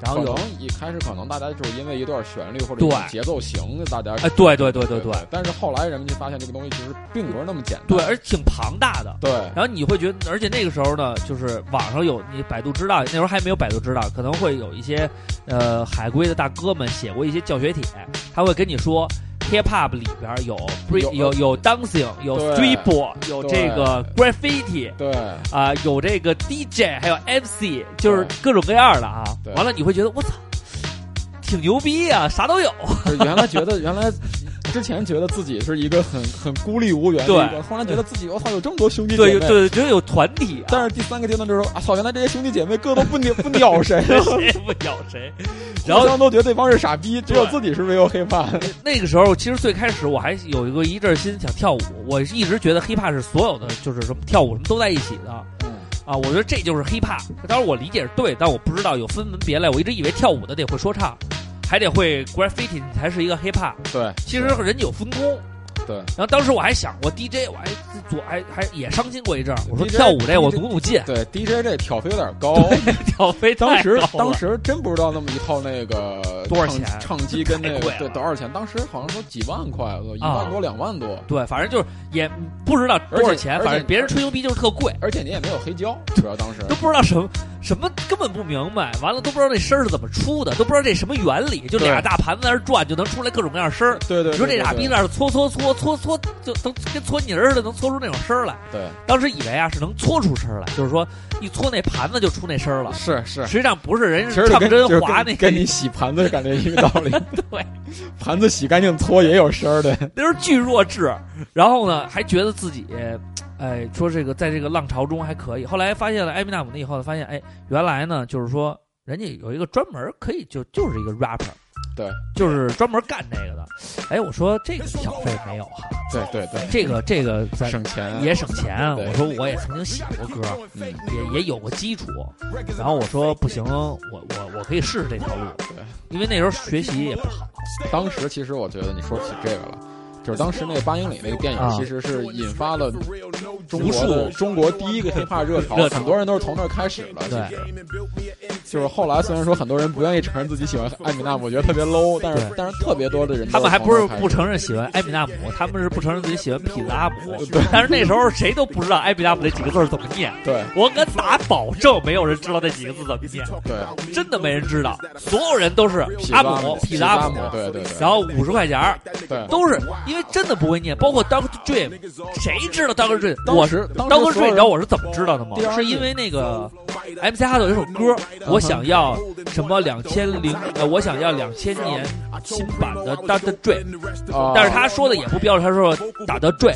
S3: 然后
S4: 可
S3: 有
S4: 能一开始可能大家就是因为一段旋律或者一种
S3: 对
S4: 节奏型，大家
S3: 哎，对对对对对
S4: 对，但是后来人们就发现这个东西其实并不是那么简单。
S3: 对，而且挺庞大的。
S4: 对
S3: 然后你会觉得，而且那个时候呢，就是网上有你百度知道，那时候还没有百度知道，可能会有一些呃海归的大哥们写过一些教学帖，他会跟你说。Hip Hop 里边有 break- 有
S4: 有
S3: 有 dancing，有
S4: 对
S3: streetball，有这个 graffiti
S4: 对。
S3: 啊、有这个 DJ，还有 MC，就是各种各样的啊
S4: 对。
S3: 完了你会觉得我操，挺牛逼啊，啥都有。
S4: 就原来觉得原来之前觉得自己是一个很很孤立无援的一
S3: 对
S4: 个，后来觉得自己我操有这么多兄弟姐
S3: 对
S4: 妹。
S3: 对，觉得有团体、啊。
S4: 但是第三个阶段就是啊操，原来这些兄弟姐妹个都不鸟不 鸟谁，
S3: 谁不咬谁，然后
S4: 互相都觉得对方是傻逼，只有自己是没有黑怕。
S3: 那个时候，其实最开始我还有一个一阵心想跳舞，我一直觉得 hiphop 是所有的就是什么跳舞什么都在一起的啊，我觉得这就是 hiphop。当然我理解是对，但我不知道有分门别类，我一直以为跳舞的得会说唱，还得会 graffiti 你才是一个 hiphop。
S4: 对
S3: 其实人家有分工。
S4: 对
S3: 然后当时我还想过 DJ，我还左还还也伤心过一阵儿，我说
S4: DJ
S3: 跳舞这我努努劲，
S4: 对，DJ 这挑飞有点高。
S3: 跳飞
S4: 当
S3: 太
S4: 时
S3: 高了
S4: 当时真不知道那么一套那个
S3: 多少
S4: 唱
S3: 钱
S4: 唱机跟那
S3: 太
S4: 个
S3: 贵了
S4: 对多少钱？当时好像说几万块，一
S3: 啊
S4: 万多两万多，
S3: 对，反正就是也不知道多少
S4: 而且
S3: 钱，
S4: 而且
S3: 反正别人吹牛逼就是特贵。
S4: 而且你也没有黑胶，主要当时
S3: 都不知道什么什么，根本不明白。完了都不知道那声儿是怎么出的，都不知道这什么原理，就
S4: 对
S3: 俩大盘子在那儿转就能出来各种各样声儿。
S4: 对对，
S3: 你说
S4: 对
S3: 这傻逼在那儿搓搓搓搓搓，就能跟搓泥儿似的，能搓出那种声儿来。
S4: 对
S3: 当时以为啊是能搓出声儿来，就是说一搓那盘子就出那声儿了。
S4: 是是
S3: 实际上不是，人
S4: 其
S3: 家
S4: 实
S3: 是
S4: 就
S3: 唱
S4: 跟
S3: 针
S4: 就
S3: 滑那
S4: 跟
S3: 个
S4: 跟，你洗盘子感觉一个道 理，
S3: 对，
S4: 盘子洗干净搓也有声儿的。
S3: 那时候巨弱智。然后呢，还觉得自己，哎，说这个在这个浪潮中还可以。后来发现了艾米纳姆那以后呢，发现哎，原来呢就是说人家有一个专门可以就就是一个 rapper。
S4: 对
S3: 就是专门干这个的。哎，我说这个小费没有哈，
S4: 对对对，
S3: 这个这个咱
S4: 省钱啊
S3: 也省钱。啊
S4: 对
S3: 我说我也曾经写过歌，
S4: 嗯
S3: 也也有过基础。然后我说不行，我我我可以试试这条路，因为那时候学习也不好。
S4: 当时其实我觉得你说起这个了，就是当时那个八英里那个电影，
S3: 啊
S4: 其实是引发了中
S3: 无
S4: 国的
S3: 数
S4: 中国第一个 hiphop 热潮，
S3: 热潮
S4: 很多人都是从那儿开始的。
S3: 对
S4: 其实就是后来虽然说很多人不愿意承认自己喜欢艾米纳姆，我觉得特别 low，但是
S3: 对
S4: 但是特别多的人都
S3: 他们还不是
S4: 从那儿开始
S3: 不承认喜欢埃米纳姆，他们是不承认自己喜欢痞子阿姆
S4: 对。
S3: 但是那时候谁都不知道埃米纳姆这几个字儿怎么念。
S4: 对
S3: 我敢打保证，没有人知道这几个字怎么念，
S4: 对
S3: 真的没人知道，所有人都是
S4: 痞
S3: 阿
S4: 子阿
S3: 姆
S4: 姆、
S3: 痞
S4: 痞
S3: 子阿
S4: 子阿姆对对对
S3: 然后五十块钱儿
S4: 对。
S3: 都是因为真的不会念，包括 Doctor Dream，谁知道 Doctor Dream？
S4: 当
S3: 我
S4: 时当时
S3: Doctor
S4: 所
S3: Dream，
S4: 有人
S3: 你知道我是怎么知道的吗
S4: 第？二嗯
S3: 是因为那个 MC 哈特有一首歌，我想要什么两千零呃，我想要两千年新版的 Doctor Dream，
S4: 啊
S3: 但是他说的也不标准，他说打的坠，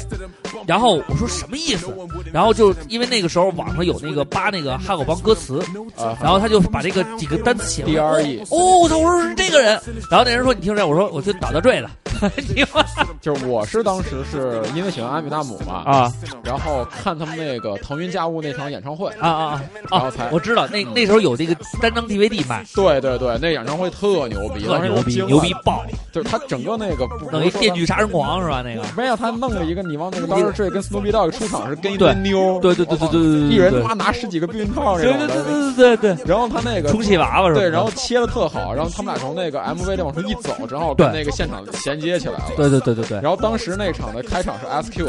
S3: 然后我说什么意思？然后就因为那个时候网上有那个扒那个汉口帮歌词，
S4: 啊
S3: 然后他就把这个几个单词写了。
S4: DRE
S3: 哦，我操！我说是这个人，然后那人说你听着，我说我就打的坠了， 你啊妈
S4: 就是我是当时是因为喜欢艾米纳姆嘛，
S3: 啊
S4: 然后看他们那个腾云驾雾那场演唱会，
S3: 啊啊
S4: 然
S3: 啊
S4: 后！才
S3: 我知道那那时候有这个单张 DVD 卖，
S4: 对对对，那演唱会特牛逼，
S3: 特
S4: 当时
S3: 牛
S4: 都
S3: 逼
S4: 惊，了
S3: 牛逼爆，
S4: 就是他整个那个不
S3: 弄一电锯杀人狂是吧？那个。
S4: 没有，他弄了一个你往那个当时这跟 Snoopy Dogg 出场是跟一堆妞儿，
S3: 对对对对对对对，
S4: 一人
S3: 对
S4: 他妈拿十几个避孕 套
S3: 对
S4: 那
S3: 对对
S4: 种的，
S3: 对对对对，
S4: 然后他那个
S3: 充气娃娃是吧？
S4: 对，然后切的特好，然后他们俩从那个 MV 里往出一走，正好跟
S3: 对
S4: 那个现场衔接起来了。
S3: 对对对对对
S4: 然后当时那场的开场是 SQ，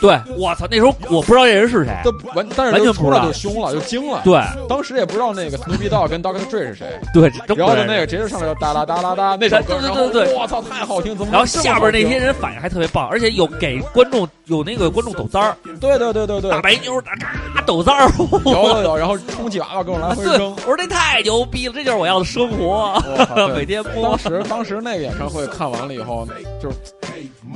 S3: 对，我操！那时候我不知道这人是谁，
S4: 这完，但是
S3: 完
S4: 就
S3: 全不
S4: 出
S3: 知
S4: 来
S3: 道
S4: 就凶了，就惊了。
S3: 对
S4: 当时也不知道那个 Snoopy Dogg 跟 Dr. Dre 是谁，
S3: 对，真不
S4: 然后就
S3: 认识
S4: 那个直接上来就哒啦哒啦哒那首歌，
S3: 对对对对对
S4: 我操，太好听，怎么
S3: 然后
S4: 这么
S3: 下
S4: 好
S3: 边那
S4: 听
S3: 些人反应还特别棒，而且有给观众有那个观众抖簪儿，
S4: 对对对对对
S3: 大，白妞儿哒嘎抖簪儿，
S4: 摇了摇，然后充气娃娃给我来回
S3: 对，
S4: 扔
S3: 我。说这太牛逼了，这就是我要的生活
S4: 我操，对
S3: 每天摸
S4: 当。时当时那个演唱会看完了以后，就是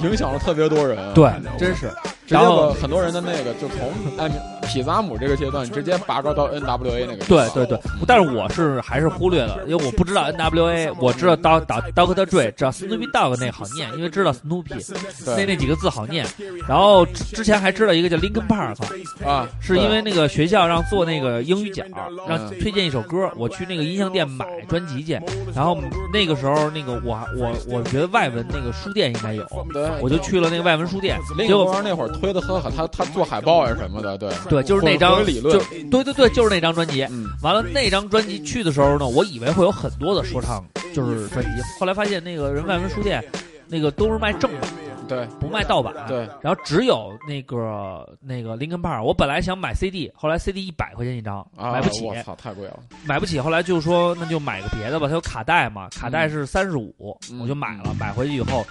S4: 影响了特别多人。，
S3: 对，真是。
S4: 直接
S3: 然
S4: 把
S3: 后，
S4: 很多人的那个就从艾米痞子阿姆这个阶段直接拔高到 NWA 那个。
S3: 对对对，但是我是还是忽略了，因为我不知道 NWA，我知道当打 Doctor Dre，知道 Snoopy Dogg 那好念，因为知道 Snoopy 那那几个字好念。然后之之前还知道一个叫 Linkin Park，
S4: 啊，
S3: 是因为那个学校让做那个英语角，让
S4: 嗯
S3: 推荐一首歌，我去那个音像店买专辑去。然后那个时候，那个我我我觉得外文那个书店应该有，
S4: 对
S3: 我就去了那个外文书店，结
S4: 林肯
S3: 果
S4: 光那会儿推的很狠，他他做海报呀什么的，对
S3: 对，就是那
S4: 或
S3: 张
S4: 者理论
S3: 就，对对对，就是那张专辑。
S4: 嗯，
S3: 完了那张专辑去的时候呢，我以为会有很多的说唱，就是专辑。后来发现那个人外文书店，那个都是卖正版，
S4: 对
S3: 不卖盗版。
S4: 对，
S3: 然后只有那个那个林肯帕尔，我本来想买 CD，后来 CD 一百块钱一张，
S4: 啊，
S3: 买不起。
S4: 我操，太贵了。
S3: 买不起，后来就说那就买个别的吧，它有卡带嘛，卡带是三十五
S4: 嗯，
S3: 我就买了，买回去以后。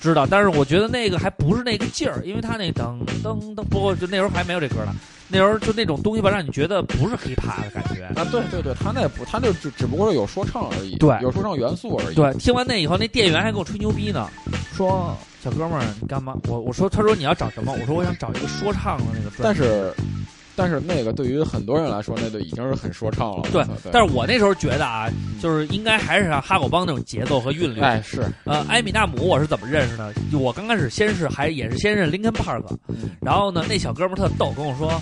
S3: 知道，但是我觉得那个还不是那个劲儿，因为他那噔噔噔，不过就那时候还没有这歌呢。那时候就那种东西吧，让你觉得不是 hiphop 的感觉。
S4: 啊，对对对，他那不，他那只只不过是有说唱而已，
S3: 对
S4: 有说唱元素而已。
S3: 对，听完那以后，那店员还跟我吹牛逼呢，说小哥们儿你干嘛？我我说他说你要找什么？我说我想找一个说唱的那个专
S4: 但
S3: 辑。
S4: 是，但是那个对于很多人来说，那就已经是很说唱了。
S3: 对
S4: 我操，
S3: 但是我那时候觉得啊，就是应该还是像哈狗帮那种节奏和韵律。
S4: 嗯哎是，
S3: 呃，埃米纳姆我是怎么认识的？我刚开始先是还也是先认林肯帕克，
S4: 嗯
S3: 然后呢，那小哥们儿特逗，跟我说，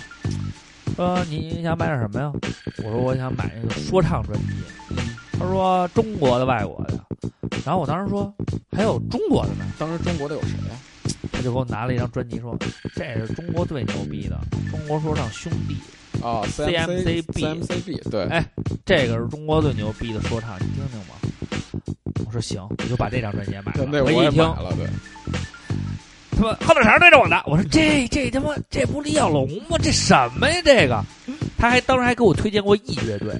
S3: 呃，你想买点什么呀？我说我想买那个说唱专辑。他说中国的、外国的。然后我当时说还有中国的呢，
S4: 当时中国的有谁呀？
S3: 他就给我拿了一张专辑说，这是中国最牛逼的中国说唱兄弟，
S4: 啊
S3: CMCB
S4: CMCB 对，
S3: 哎这个是中国最牛逼的说唱，你听听吧。我说行，我就把这张专辑也买
S4: 对
S3: 了。
S4: 那
S3: 我
S4: 我也
S3: 一听，
S4: 买了，对，
S3: 他妈后脑勺对着我呢。我说这这他妈这不是李小龙吗？这什么呀？这个，他还当时还给我推荐过 E 乐队，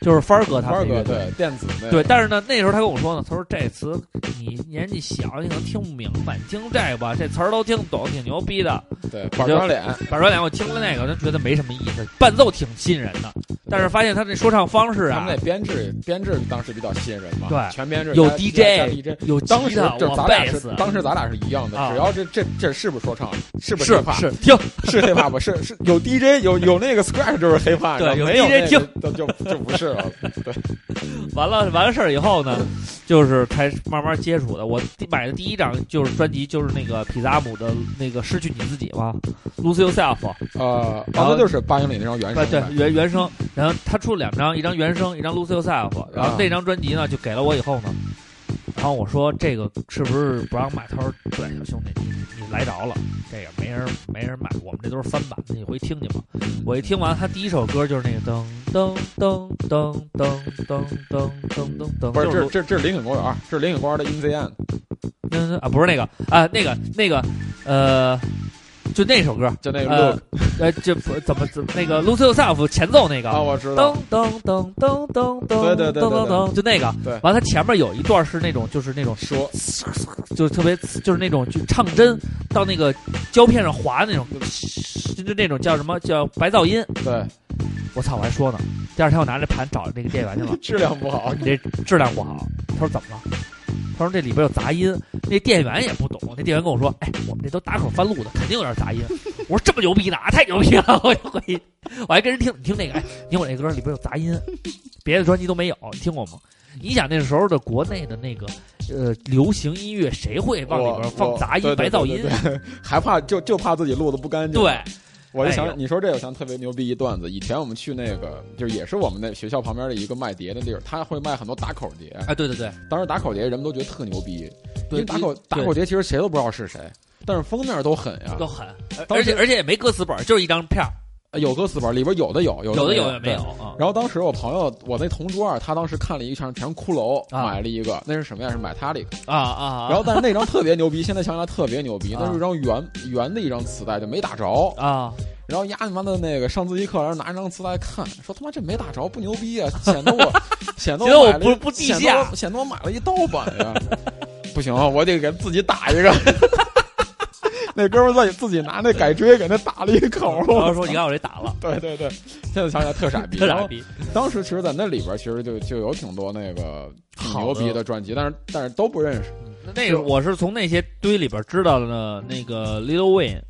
S3: 就是帆儿哥他
S4: 花
S3: 们那
S4: 哥
S3: 乐队。
S4: 对电子那
S3: 对，但是呢，那时候他跟我说呢，他说这词你年纪小，你可能听不明白，你听这个吧，这词儿都听懂，挺牛逼的。
S4: 对板砖脸，
S3: 板砖脸，我听了那个，我就觉得没什么意思，伴奏挺吸引人的，但是发现他这说唱方式
S4: 他
S3: 啊
S4: 们那，编制编制当时比较吸引人嘛，
S3: 对
S4: 全编制
S3: 有
S4: 加
S3: DJ
S4: 加 DJ。
S3: 有吉
S4: 当时
S3: 他，
S4: 这
S3: 我
S4: 咱
S3: 贝
S4: 俩是
S3: 斯，
S4: 当时咱俩是一样的，
S3: 啊
S4: 只要这这这是不是说唱，是不
S3: 是
S4: hiphop，
S3: 是听
S4: 是 hiphop，是是有 DJ 有有那个 scratch 就是 hiphop，
S3: 对
S4: 然后
S3: 有
S4: 没有
S3: DJ
S4: 那个就就就不是了，对，
S3: 完了完了事儿以后呢，就是才慢慢接触的。我第买的第一张就是专辑，就是那个皮萨姆的那个《失去你自己》嘛，《Lose Yourself》
S4: 呃，
S3: 然
S4: 刚
S3: 后
S4: 才就是八英里那张原
S3: 对
S4: 声
S3: 对
S4: 版，
S3: 原原声。然后他出了两张，一张原声，一张《Lose Yourself》。然后那张专辑呢，就给了我以后呢，然后我说这个是不是不让卖？他说对，小兄弟，你你来着了，这个没人没人买，我们这都是翻版的，你回去听去吧。我一听完，他第一首歌就是那个噔噔噔噔噔噔噔噔噔，
S4: 不是，
S3: 就
S4: 这这这是林肯公园儿，这是林肯公园的 In the End，
S3: 嗯啊，不是那个啊，那个那个呃，就那首歌，
S4: 就那个
S3: 呃
S4: 哎 Look
S3: 呃，就不怎么怎么那个 Lose Yourself 前奏那个
S4: 啊，，我知道
S3: 噔，噔噔噔噔噔，
S4: 对对对对
S3: 噔噔噔，就那个。
S4: 对
S3: 完了，它前面有一段是那种，就是那种
S4: 说
S3: 就是特别就是那种就唱针到那个胶片上滑那种，就就那种叫什么叫白噪音。
S4: 对，
S3: 我操，我还说呢，第二天我拿着盘找那个店员去了，
S4: 质量不好
S3: 我说，你这质量不好。
S4: 嗯
S3: 他说怎么了？他说这里边有杂音，那店员也不懂。那店员跟我说：“哎，我们这都打口翻录的，肯定有点杂音。”我说：“这么牛逼呢？啊太牛逼了！” 我就回去，我还跟人听，你听这个，哎，你听我这歌里边有杂音，别的专辑都没有，你听过吗？你想那时候的国内的那个呃流行音乐，谁会往里边
S4: 我
S3: 放
S4: 我
S3: 杂音、
S4: 对
S3: 白
S4: 对对
S3: 噪
S4: 对
S3: 音？
S4: 对 还怕就就怕自己录的不干净。
S3: 对，
S4: 我就想、
S3: 哎呦
S4: 你说这，我想特别牛逼一段子。以前我们去那个，就是也是我们那学校旁边的一个卖碟的地儿，他会卖很多打口碟。
S3: 啊，对对对，
S4: 当时打口碟人们都觉得特牛逼，因
S3: 对
S4: 为打口
S3: 对
S4: 打口碟其实谁都不知道是谁，但是封面都狠呀
S3: 都，狠，而
S4: 当
S3: 哎而
S4: 时
S3: 且而且也没歌词本，就是一张片儿
S4: 呃有歌词本里边有的有，有
S3: 有的
S4: 的
S3: 有也没有
S4: 对
S3: 啊。
S4: 然后当时我朋友，我那同桌啊，他当时看了一全全骷髅，
S3: 啊
S4: 买了一个，那是什么呀？是买他的。
S3: 啊啊，
S4: 然后但是那张特别 牛逼，现在想起来特别牛逼，
S3: 啊
S4: 那是一张圆圆的一张磁带，就没打着。
S3: 啊，
S4: 然后丫他妈的那个上自习课，然后拿一张磁带看，说他妈这没打着不牛 逼啊，显得我显得
S3: 显得我
S4: 买了
S3: 不不地
S4: 显得
S3: 下
S4: 我显得我买了一盗版呀， 不行，我得给自己打一个。 那哥们儿自己自己拿那改锥给那打了一 口，
S3: 然后说你看我这打了，
S4: 对对对，现在想起来特傻逼，
S3: 特
S4: 然
S3: 傻
S4: 后
S3: 逼。
S4: 当时其实，在那里边儿其实就就有挺多那个挺
S3: 好
S4: 牛
S3: 的
S4: 逼的专辑，但是但是都不认识。
S3: 那个我是从那些堆里边知道的，那个 Little Wayne，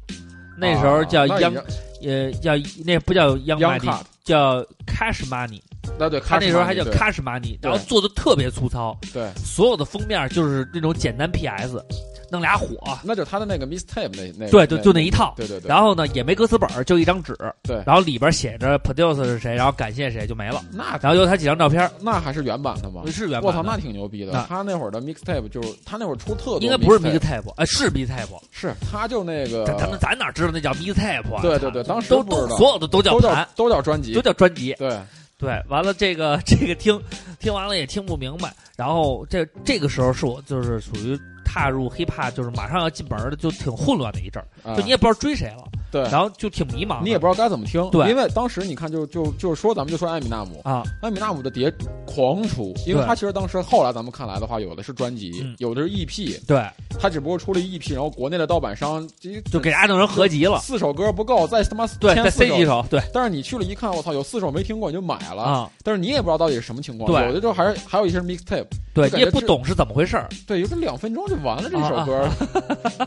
S3: 那时候叫
S4: 啊
S3: 央
S4: 那已，
S3: 呃，叫那不叫央
S4: Young
S3: 麦
S4: Cut
S3: 迪，叫 Cash Money，
S4: 那对，
S3: 他那时候还叫
S4: 对
S3: Cash Money，然后做的特别粗糙，
S4: 对，
S3: 所有的封面就是那种简单 PS，弄俩火，
S4: 那就是他的那个 mistape 那那
S3: 对，就就那一套。
S4: 哎对对对，
S3: 然后呢，也没歌词本儿，就一张纸。
S4: 对
S3: 然后里边写着 produce 是谁，然后感谢谁就没了。
S4: 那
S3: 然后有他几张照片儿，
S4: 那还是原版的吗？
S3: 是原版的。
S4: 我操，那挺牛逼的
S3: 那。
S4: 他那会儿的 mixtape 就是他那会儿出特多，
S3: 应该不是
S4: mixtape，
S3: mixtape，哎，是 mixtape。
S4: 是他就那个
S3: 咱咱们咱哪知道那叫 mixtape 啊？
S4: 呃对对对当时
S3: 都
S4: 不
S3: 都
S4: 知道
S3: 所有的都叫
S4: 都
S3: 盘
S4: 叫，都叫专辑
S3: 都，叫专辑。
S4: 对，
S3: 对，完了这个这个听听完了也听不明白，然后这这个时候是我就是属于踏入 hiphop，就是马上要进门的，就挺混乱的一阵儿，
S4: 啊
S3: 就你也不知道追谁了，
S4: 对，
S3: 然后就挺迷茫的，
S4: 你也不知道该怎么听，
S3: 对
S4: 因为当时你看就就就说咱们就说艾米纳姆，
S3: 啊，
S4: 艾米纳姆的碟狂出，因为
S3: 对
S4: 他其实当时后来咱们看来的话，有的是专辑，
S3: 嗯
S4: 有的是 EP，
S3: 对，
S4: 他只不过出了 EP，然后国内的盗版商就
S3: 就给大家弄成合集了，
S4: 四首歌不够，再他妈
S3: 对，
S4: 添
S3: 再
S4: 四
S3: C 几
S4: 首。
S3: 首，对
S4: 但是你去了一看，我操，有四首没听过，你就买了。
S3: 啊，
S4: 但是你也不知道到底是什么情况，
S3: 对
S4: 有的就还是还有一些是 mixtape，
S3: 对
S4: 就感觉
S3: 你也不
S4: 是
S3: 懂是怎么回事儿，
S4: 对，有这两分钟就完了这
S3: 啊
S4: 首歌，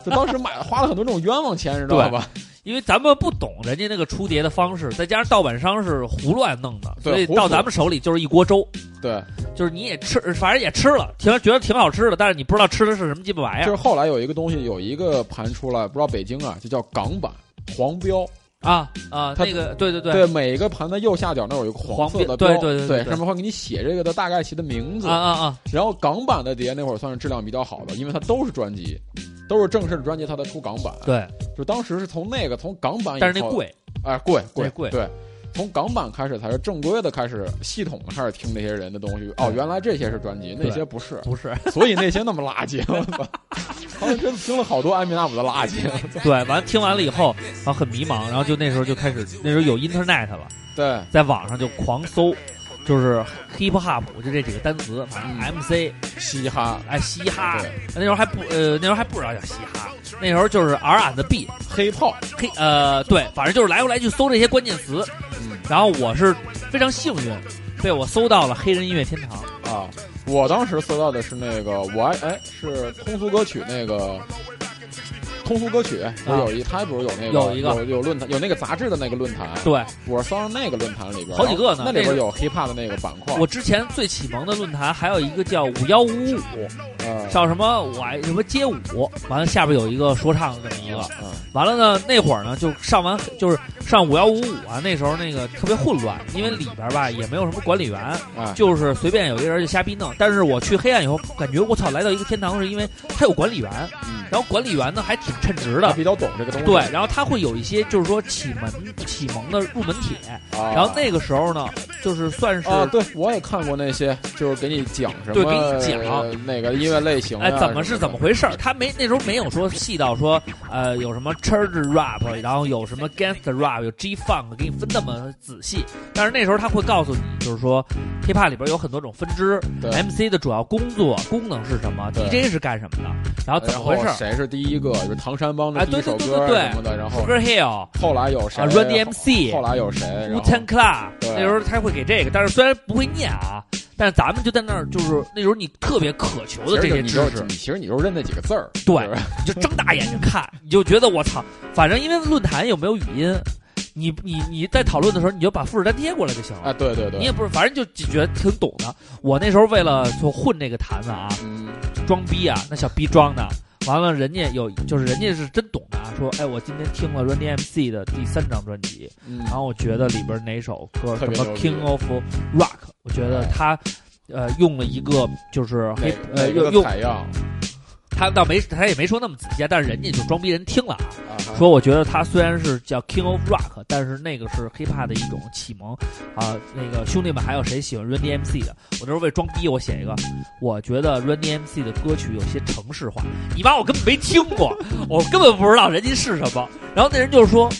S4: 就当时买了花了很多这种冤枉钱，你知道吧？
S3: 因为咱们不懂人家那个出碟的方式，再加上盗版商是胡乱弄的，
S4: 对
S3: 所以
S4: 胡
S3: 到
S4: 扯
S3: 咱们手里就是一锅粥，
S4: 对，
S3: 就是你也吃，反正也吃了，挺觉得挺好吃的，但是你不知道吃的是什么鸡巴玩意
S4: 就是
S3: 儿
S4: 后来有一个东西，有一个盘出来，不知道北京啊，就叫港版黄标，
S3: 啊啊！
S4: 它
S3: 那个对对对
S4: 对，每一个盘的右下角那有一个色的
S3: 黄标对对
S4: 对
S3: 对对对
S4: 上面会给你写这个的大概其的名字。
S3: 啊啊啊！
S4: 然后港版的碟那会儿算是质量比较好的，因为它都是专辑，都是正式的专辑，它才出港版。，
S3: 对，
S4: 就当时是从那个从港版以后，
S3: 但是那，贵，
S4: 哎，贵贵
S3: 那贵
S4: 对。从港版开始才是正规的，开始系统的开始听那些人的东西。哦，原来这些是专辑，那些不是，
S3: 不 是
S4: 所以那些那么垃圾。我操！当时真的听了好多艾米纳姆的垃圾。
S3: 对。完听完了以后，然后很迷茫，然后就那时候就开始，那时候有 internet 了，
S4: 对，
S3: 在网上就狂搜，就是 hip hop 就这几个单词，反正 MC
S4: 嘻哈、
S3: 哎嘻哈
S4: 嗯对，
S3: 那时候还不呃那时候还不知道叫嘻哈，那时候就是 R and B
S4: 黑炮，
S3: 黑呃对，反正就是来回来去搜这些关键词，
S4: 嗯
S3: 然后我是非常幸运，被我搜到了黑人音乐天堂。
S4: 啊，我当时搜到的是那个我爱哎是通俗歌曲那个。通俗歌曲不是有一，他不是有那个
S3: 啊有一个
S4: 有有论坛有那个杂志的那个论坛，
S3: 对
S4: 我是上那个论坛里边
S3: 好几个呢
S4: 那里边
S3: 这个
S4: 哦有 hiphop 的那个板块，
S3: 我之前最启蒙的论坛还有一个叫五幺五五，
S4: 呃
S3: 上什么我爱什么街舞，完了下边有一个说唱这么
S4: 嗯
S3: 一个，完了呢那会儿呢就上完就是上五幺五五啊，那时候那个特别混乱，因为里边吧也没有什么管理员，
S4: 啊，
S3: 就是随便有一个人就瞎逼弄。但是我去黑暗以后，感觉我操来到一个天堂，是因为他有管理员，
S4: 嗯哦
S3: 然后管理员呢还挺称职
S4: 他
S3: 的。
S4: 比较懂这个东西，
S3: 对，然后他会有一些就是说启蒙启蒙的入门帖，
S4: 啊，
S3: 然后那个时候呢，就是算是
S4: 啊，对我也看过那些，就是给你讲什么，
S3: 对给你讲啊
S4: 呃哪个音乐类型，啊
S3: 哎，怎么是怎么？回事儿？他没那时候没有说细到说，呃，有什么 church rap，然后有什么 gangster rap，有 G funk，给你分那么仔细。但是那时候他会告诉你，就是说 hip hop 里边有很多种分支
S4: 对
S3: ，MC 的主要工作功能是什么
S4: 对
S3: ，DJ 是干什么的，然后啊怎
S4: 然
S3: 么
S4: 后
S3: 回事儿
S4: 谁是第一个？就是唐山帮的
S3: 哎
S4: 第一
S3: 对
S4: 首
S3: 对对
S4: 歌
S3: 对对
S4: 什么的，然后
S3: ？Sugar Hill
S4: 后来有谁
S3: 啊，Run DMC
S4: 后来有谁？然
S3: 乌
S4: 后
S3: 天克拉，
S4: 对
S3: 那时候他会给这个，但是虽然不会念啊，但是咱们就在那儿，就是那时候你特别渴求的这些知识
S4: 你，其实你就认那几个字儿，
S3: 对
S4: 是吧
S3: 你就睁大眼睛看，你就觉得我操，反正因为论坛有没有语音，你你你在讨论的时候，你就把复制粘贴过来就行
S4: 啊，
S3: 了。
S4: 对对对，
S3: 你也不是，反正就觉得挺懂的。我那时候为了就混这个坛子啊，
S4: 嗯
S3: 装逼啊，那小逼装的。完了，人家有就是人家是真懂的啊，说哎，我今天听了 Run D M C 的第三张专辑，
S4: 嗯
S3: 然后我觉得里边哪首歌
S4: 特
S3: 什
S4: 别
S3: 么
S4: 牛逼
S3: King of Rock，我觉得他呃用了一个就是
S4: 哪
S3: 黑
S4: 哪
S3: 呃用
S4: 个
S3: 用
S4: 采样啊
S3: 他倒没他也没说那么仔细啊，但是人家就装逼人听了啊。
S4: 啊？
S3: 说我觉得他虽然是叫 King of Rock，但是那个是 hip hop 的一种启蒙啊。那个兄弟们还有谁喜欢 Run DMC 的？我那时候为装逼，我写一个，我觉得 Run DMC 的歌曲有些城市化。你妈，我根本没听过， 我根本不知道人家是什么。然后那人就说。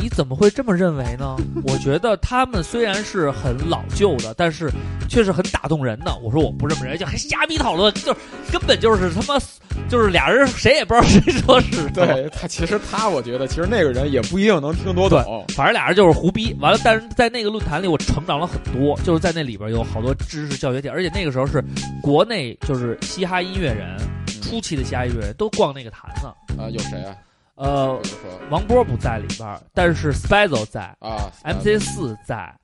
S3: 你怎么会这么认为呢？我觉得他们虽然是很老旧的，但是却是很打动人的。我说我不这么认为，就还瞎逼讨论，就是根本就是他妈就是俩人谁也不知道谁说是什么
S4: 对 他，其实他，我觉得其实那个人也不一定能听多懂。
S3: 反正俩人就是胡逼。完了，但是在那个论坛里，我成长了很多，就是在那里边有好多知识教学点，而且那个时候是国内就是嘻哈音乐人
S4: 嗯
S3: 初期的嘻哈音乐人都逛那个坛子。
S4: 啊，有谁啊？
S3: 呃
S4: 我，就说
S3: 王波不在里边儿，但是 Spizo 在
S4: 啊
S3: ，MC 四在，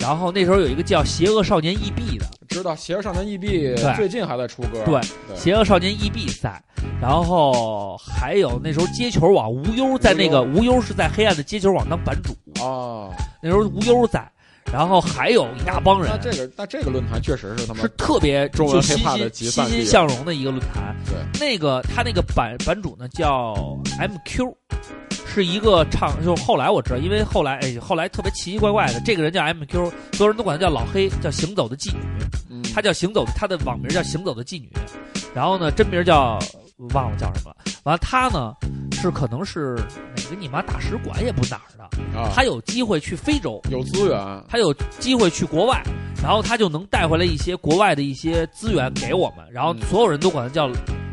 S3: 然后那时候有一个叫《邪恶少年 EB》的，
S4: 知道，邪恶少年 EB
S3: 对
S4: 最近还在出歌，
S3: 对
S4: 对
S3: 邪恶少年 EB 在，然后还有那时候街球网无忧在那个无忧是在黑暗的街球网当版主，
S4: 哦，
S3: 那时候无忧在，然后还有一大帮人
S4: 那。啊这个那这个论坛确实是他妈
S3: 是特别
S4: 中文
S3: 就欣
S4: hiphop
S3: 欣
S4: 的集
S3: 欣
S4: 散地
S3: 欣向荣的一个论坛。
S4: 对，
S3: 那个他那个版版主呢叫 MQ，是一个唱，就是后来我知道，因为后来哎，后来特别奇奇怪怪的，这个人叫 MQ，所有人都管他叫老黑，叫行走的妓女，
S4: 嗯
S3: 他叫行走，他的网名叫行走的妓女，然后呢真名叫忘了叫什么了。完了他呢是可能是哪个你妈大使馆也不哪儿的，
S4: 啊，
S3: 他有机会去非洲，
S4: 有资源，
S3: 他有机会去国外，然后他就能带回来一些国外的一些资源给我们，然后
S4: 嗯
S3: 所有人都管他叫，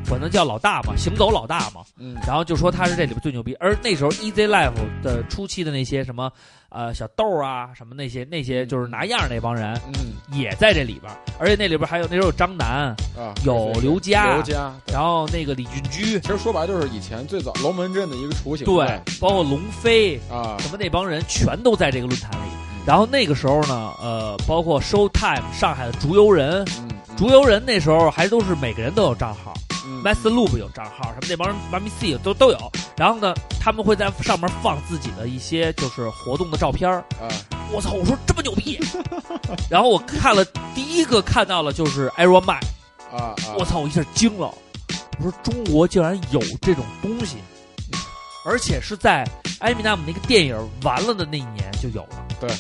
S3: 管他叫老大嘛，行走老大嘛，
S4: 嗯
S3: 然后就说他是这里边最牛逼。而那时候 Easy Life 的初期的那些什么，呃，小豆啊，什么那些那些就是拿样儿那帮人
S4: 嗯
S3: 也在这里边，而且那里边还有那时候有张楠，
S4: 啊，
S3: 有
S4: 对
S3: 刘佳
S4: 刘佳，
S3: 然后那个李俊居，
S4: 其实说白了就是以前最早龙门阵的一个雏形，
S3: 对，包括龙飞，
S4: 啊，
S3: 什么那帮人全都在这个论坛里。然后那个时候呢，呃，包括 Showtime 上海的竹游人，
S4: 嗯嗯
S3: 竹游人那时候还都是每个人都有账号
S4: 嗯
S3: m a s Loop 有账号，什么这帮人 m a m C 都都有。然后呢，他们会在上面放自己的一些就是活动的照片儿。
S4: 啊，
S3: 我操，我说这么牛 逼！然后我看了第一个看到了就是 Iron Man，
S4: 啊啊！
S3: 我操，我一下惊了，我说中国竟然有这种东西，而且是在埃米纳姆那个电影完了的那一年就有了。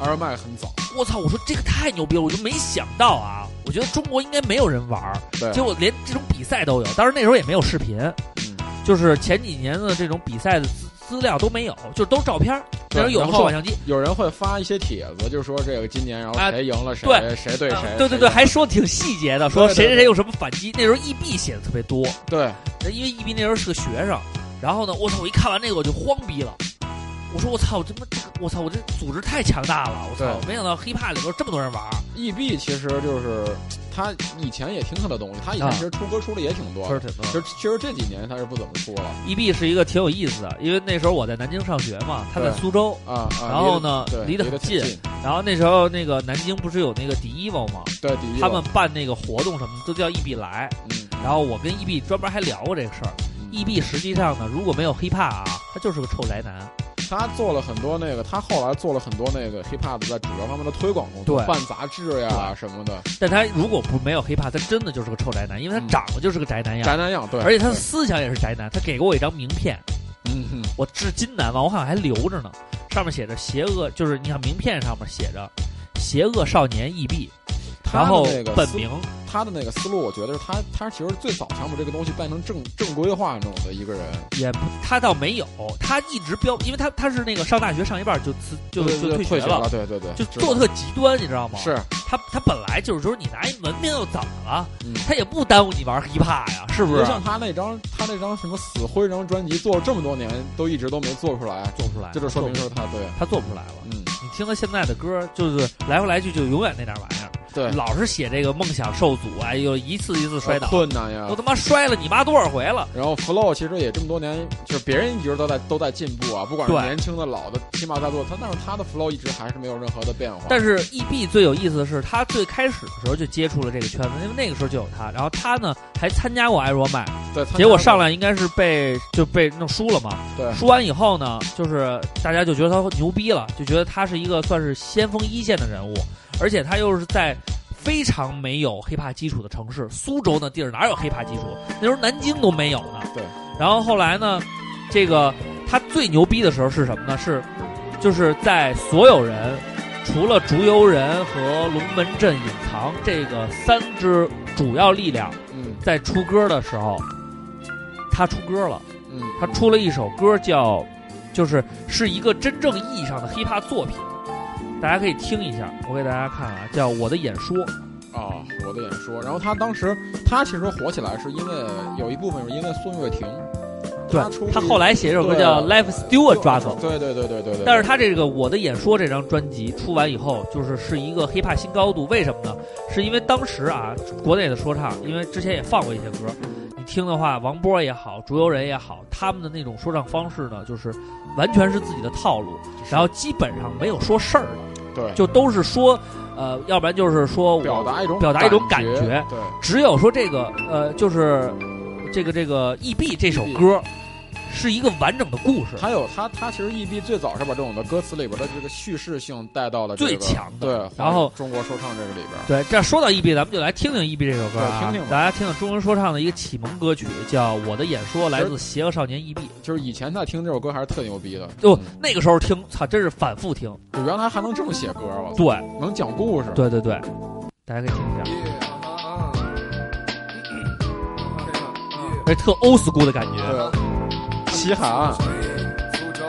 S4: 二麦很早，
S3: 我操！我说这个太牛逼了，我就没想到啊！我觉得中国应该没有人玩儿，
S4: 对
S3: 结果连这种比赛都有。当时那时候也没有视频，
S4: 嗯
S3: 就是前几年的这种比赛的资资料都没有，就都是照片儿。那
S4: 对
S3: 时候有
S4: 然
S3: 个
S4: 后
S3: 数码相机，
S4: 有人会发一些帖子，就说这个今年然后
S3: 啊
S4: 谁赢了谁，
S3: 对
S4: 谁对
S3: 啊
S4: 谁，
S3: 对对对，还说挺细节的，说
S4: 对对
S3: 谁谁
S4: 对
S3: 谁有什么反击。那时候 EB 写的特别多，
S4: 对，
S3: 因为 EB 那时候是个学生。然后呢，我操！我一看完那个我就慌逼了，我说我操！我他妈这个我操！我这组织太强大了！我操！
S4: 对
S3: 没想到 hiphop 里边有这么多人玩儿，
S4: EB 其实就是他以前也听他的东西，他以前
S3: 啊
S4: 其实出歌出的也挺多
S3: 歌
S4: 的，
S3: 挺多
S4: 其实其实这几年他是不怎么出了
S3: EB E 是一个挺有意思的，因为那时候我在南京上学嘛，他在
S4: 对
S3: 苏州，
S4: 啊啊。
S3: 然后呢
S4: 对
S3: 离
S4: 离
S3: 得很
S4: 很
S3: 近然后那时候那个南京不是有那个 Divo 吗？
S4: 对，第一
S3: 他
S4: 个
S3: 们办那个活动什么的都叫 EB 来，
S4: 嗯
S3: 然后我跟 EB 专门还聊过这个事儿。EB 实际上呢，如果没有 hiphop 啊，他就是个臭宅男。
S4: 他做了很多那个，他后来做了很多那个 hiphop 在主流方面的推广工作，
S3: 对
S4: 办杂志呀什么的，
S3: 但他如果不没有 hiphop，他真的就是个臭宅男，因为他
S4: 嗯
S3: 长得就是个宅男样，
S4: 宅男样对，
S3: 而且他的
S4: 对
S3: 思想也是宅男。他给过我一张名片，
S4: 嗯哼
S3: 我至今难忘，我好像还留着呢。上面写着“邪恶”，就是你看名片上面写着“邪恶少年 EB”，
S4: 他
S3: 然
S4: 的
S3: 后
S4: 那个
S3: 本
S4: 思
S3: 名
S4: 他的那个思路，我觉得是他他其实最早想把这个东西变成正正规化那种的一个人，
S3: 也不，他倒没有，他一直标，因为他他是那个上大学上一半就辞就
S4: 对
S3: 就
S4: 对
S3: 学
S4: 学
S3: 了，
S4: 对对对，
S3: 就
S4: 知道
S3: 做特极端，你知道吗？
S4: 是
S3: 他他本来就是说你拿一文凭又怎么了？
S4: 嗯
S3: 他也不耽误你玩 hiphop 呀，是不是啊
S4: 就？像他那张他那张什么死灰这张专辑做了这么多年都一直都没做出来，
S3: 做不出来，
S4: 这就说明是他对，
S3: 他做不出来了。
S4: 嗯
S3: 你听他现在的歌，就是来回来去就永远那点玩意儿，
S4: 对，呃
S3: 老是写这个梦想受阻啊，又一次一次摔倒，
S4: 困难呀
S3: 都。他妈摔了你妈多少回了？
S4: 然后 flow 其实也这么多年，就是别人一直都在都在进步啊，不管是
S3: 对
S4: 年轻的、老的，起码在做他，但是他的 flow 一直还是没有任何的变化。
S3: 但是 EB 最有意思的是，他最开始的时候就接触了这个圈子，因为那个时候就有他，然后他呢还参加过艾若麦，
S4: 对，他
S3: 结果上来应该是被就被弄输了嘛，
S4: 对
S3: 输完以后呢，就是大家就觉得他牛逼了，就觉得他是一个算是先锋一线的人物，而且他又是在非常没有 hiphop 基础的城市，苏州那地儿哪有 hiphop 基础？那时候南京都没有呢。
S4: 对。
S3: 然后后来呢，这个他最牛逼的时候是什么呢？是就是在所有人除了竹游人和龙门阵隐藏这个三支主要力量
S4: 嗯
S3: 在出歌的时候，他出歌了。
S4: 嗯，
S3: 他出了一首歌叫，就是是一个真正意义上的 hiphop 作品，大家可以听一下，我给大家看啊，叫《我的演说》。
S4: 啊，我的演说。然后他当时他其实火起来是因为有一部分是因为宋岳庭，他出
S3: 对，他后来写这首歌叫《
S4: 对
S3: Life Stewart》抓走。
S4: 对对对对对对。
S3: 但是他这个《我的演说》这张专辑出完以后，就是是一个 hiphop 新高度。为什么呢？是因为当时啊，国内的说唱，因为之前也放过一些歌，你听的话，王波也好，竹游人也好，他们的那种说唱方式呢，就是完全是自己的套路，然后基本上没有说事儿的。
S4: 对
S3: 就都是说，呃，要不然就是说我
S4: 表达一种
S3: 表达一种感
S4: 觉，
S3: 觉
S4: 对，
S3: 只有说这个呃，就是这个这个 E.B 这首
S4: E
S3: 歌是一个完整的故事，
S4: 还有他，他其实 E.B 最早是把这种的歌词里边的这个叙事性带到了、这个、
S3: 最强
S4: 对
S3: 的，然后
S4: 中国说唱这个里边，
S3: 对，这样说到 E E.B，咱们就来听听 E.B 这首歌啊，
S4: 对听听吧
S3: 大家听听中文说唱的一个启蒙歌曲，叫《我的演说》，来自邪恶少年 E.B。
S4: 就是以前在听这首歌还是特牛逼的，
S3: 就、
S4: 嗯
S3: 那个时候听，操，真是反复听。
S4: 就原来还能这么写歌，我操
S3: 对，
S4: 能讲故事，
S3: 对对对，大家可以听一下，哎而且特 old school 的感觉。
S4: 对，西海岸，
S9: 苏州，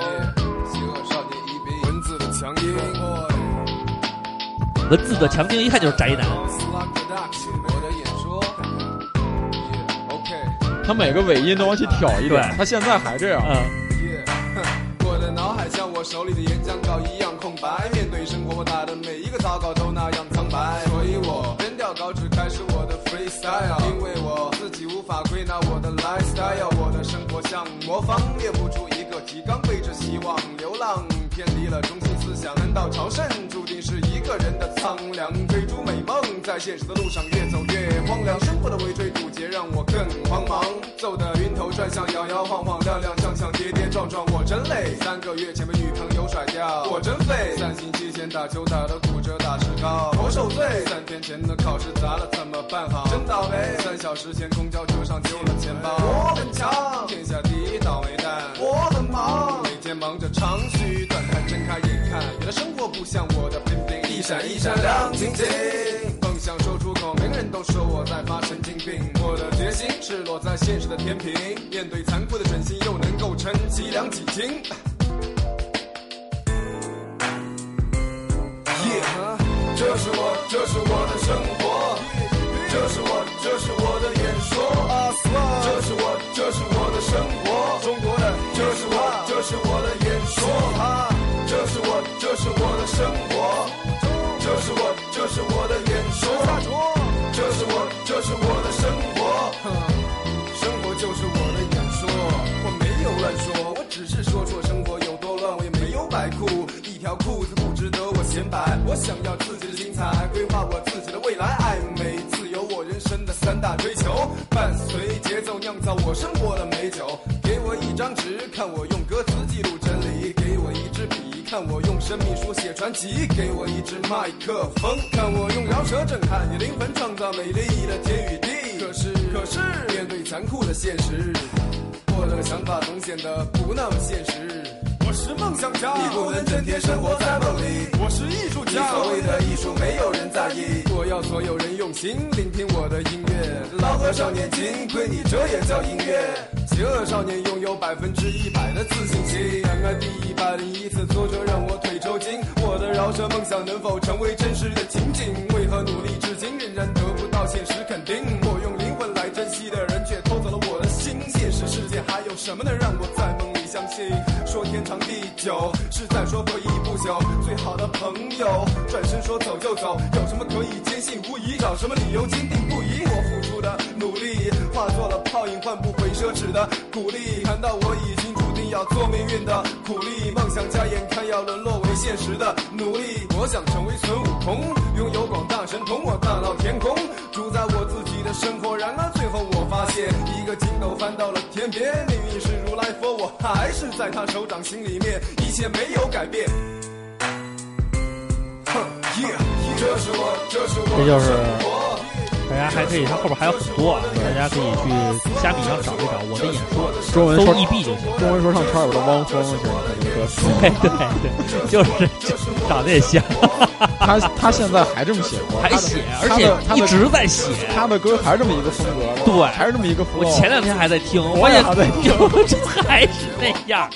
S9: 邪恶少年 EB，文字的强音，
S3: 文字的强劲，一看就是宅男。
S9: 我的演说，OK。
S4: 他每个尾音都往起挑一点
S3: 对，
S4: 他现在还这样，
S3: 嗯，
S9: Yeah，哼我的脑海像我手里的演讲稿一样空白，面对生活我打的每一个草稿都那样苍白，所以我扔掉稿纸开始我的 freestyle，因为我自己无法归纳我的 lifestyle，我的生活像魔方，列不出一个提纲，背着希望流浪，偏离了中心思想，难道朝圣注定是一个人的苍凉？追逐美梦，在现实的路上越走越荒凉，生活的围追堵截让我更慌忙，走得晕头转向，摇摇晃晃，踉踉跄跄，跌跌撞撞，我真累。三个月前被女朋友甩掉，我真废。三星期前打球打的骨折，打石膏，头受罪。三天前的考试砸了，怎么办好？真倒霉。三小时前公交车上丢了钱包，我很强，天下第一倒霉蛋，我很忙，每天忙着长吁短叹，睁开眼看，原来生活不像我的 bling bling，一闪一闪亮晶晶。梦想说出口，每个人都说我在发神经病。我的决心赤裸在现实的天平，面对残酷的准心，又能够撑起两几斤。Yeah，这是我，这是我的生活，这是我，这是我的演说，这是我，这是我的生活，中国的，这是我，这是我的演说，这是我，这是我的生活，这是我，这是我的演我想要自己的精彩，规划我自己的未来，爱美自由我人生的三大追求，伴随节奏酿造我生活的美酒。给我一张纸，看我用歌词记录真理；给我一支笔，看我用生命书写传奇；给我一支麦克风，看我用饶舌震撼你灵魂，创造美丽的天与地。可是，可是，面对残酷的现实，我的想法总显得不那么现实。我是梦想家，你不能整天生活在梦里。我是艺术家，所谓的艺术没有人在意。我要所有人用心聆听我的音乐。老和少年金，归你这也叫音乐。邪恶少年拥有百分之一百的自信心。然而第一百零一次挫折让我腿抽筋。我的饶舌梦想能否成为真实的情景？为何努力至今仍然得不到现实肯定？我用灵魂来珍惜的人，却偷走了我的心。现实世界还有什么能让我在梦里相信？说天长地久，是在说不依不朽。最好的朋友，转身说走就走，有什么可以坚信无疑？找什么理由坚定不移？我付出的努力化作了泡影，换不回奢侈的鼓励。难道我已经注定要做命运的苦力？梦想家眼看要沦落为现实的奴隶。我想成为孙悟空，拥有广大神通，我大闹天宫，主宰我自己的生活。然而最后我发现，一个筋斗翻到了天边，命运是如来佛，我还是在他手掌心里面，一切没有改变。哼，yeah，这是我，这是我，
S3: 这就是
S9: 生活
S3: 大家还可以，它后边还有很多，啊，大家可以去虾米上找一找我的演说，
S4: 中文
S3: 搜
S4: 说
S3: EB 就行。
S4: 中文说唱圈里边的汪峰，其实他这个歌词，
S3: 对对对，就是长得也像，
S4: 他他现在还这么写歌，
S3: 还
S4: 他的
S3: 写，而
S4: 他的他
S3: 且一
S4: 的
S3: 直在写。
S4: 他的歌还是这么一个风格，
S3: 对
S4: 还是这么一个风
S3: 我
S4: 格。
S3: 前两天还在听，
S4: 哦我也
S3: 也
S4: 还在听
S3: 这还是那样。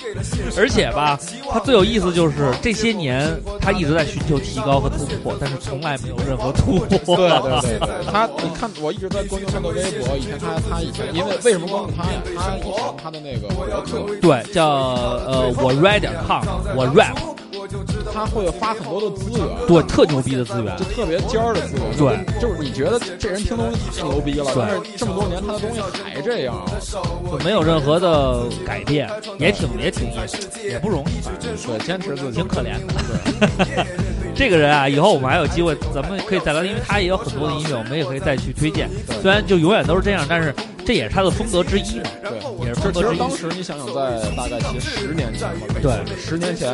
S3: 而且吧，他最有意思就是这些年他一直在寻求提高和突破，但是从来没有任何突破。
S4: 对对对对，他你看，我一直在关注他的微博。以前他他以前，因为为什么关注他呀？他以前他的那个博客，
S3: 对叫呃我 r a d 点 com，我 rap，
S4: 他会发很多的资源，
S3: 对，特牛逼的资源
S4: 就。特别尖儿的资源。
S3: 对，
S4: 就是你觉得这人听东西太牛逼了，但是这么多年他的东西还这样。
S3: 没有任何的改变，也挺也挺也也不容易，
S4: 对，坚持自己
S3: 挺可怜的。 这个人啊，以后我们还有机会，咱们可以再聊，因为他也有很多的音乐，我们也可以再去推荐。虽然就永远都是这样，但是这也是他的风格之一嘛，
S4: 对，
S3: 也是风
S4: 就其
S3: 格之
S4: 实
S3: 一。
S4: 当时你想想，在大概其实十年前吧，
S3: 对
S4: 十年前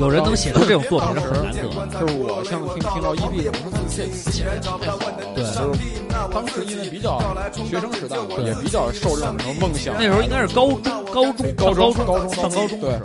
S3: 有人能写出这种作品是很难得的。
S4: 就是我像听听到 E EB，我说这写的太好了，
S3: 对
S4: 就是当时因为比较学生时代嘛，也比较受这种什么梦想。
S3: 那时候应该是高中，高中，
S4: 高中
S3: 上高
S4: 高
S3: 中，
S4: 中
S3: 上高中
S4: 对，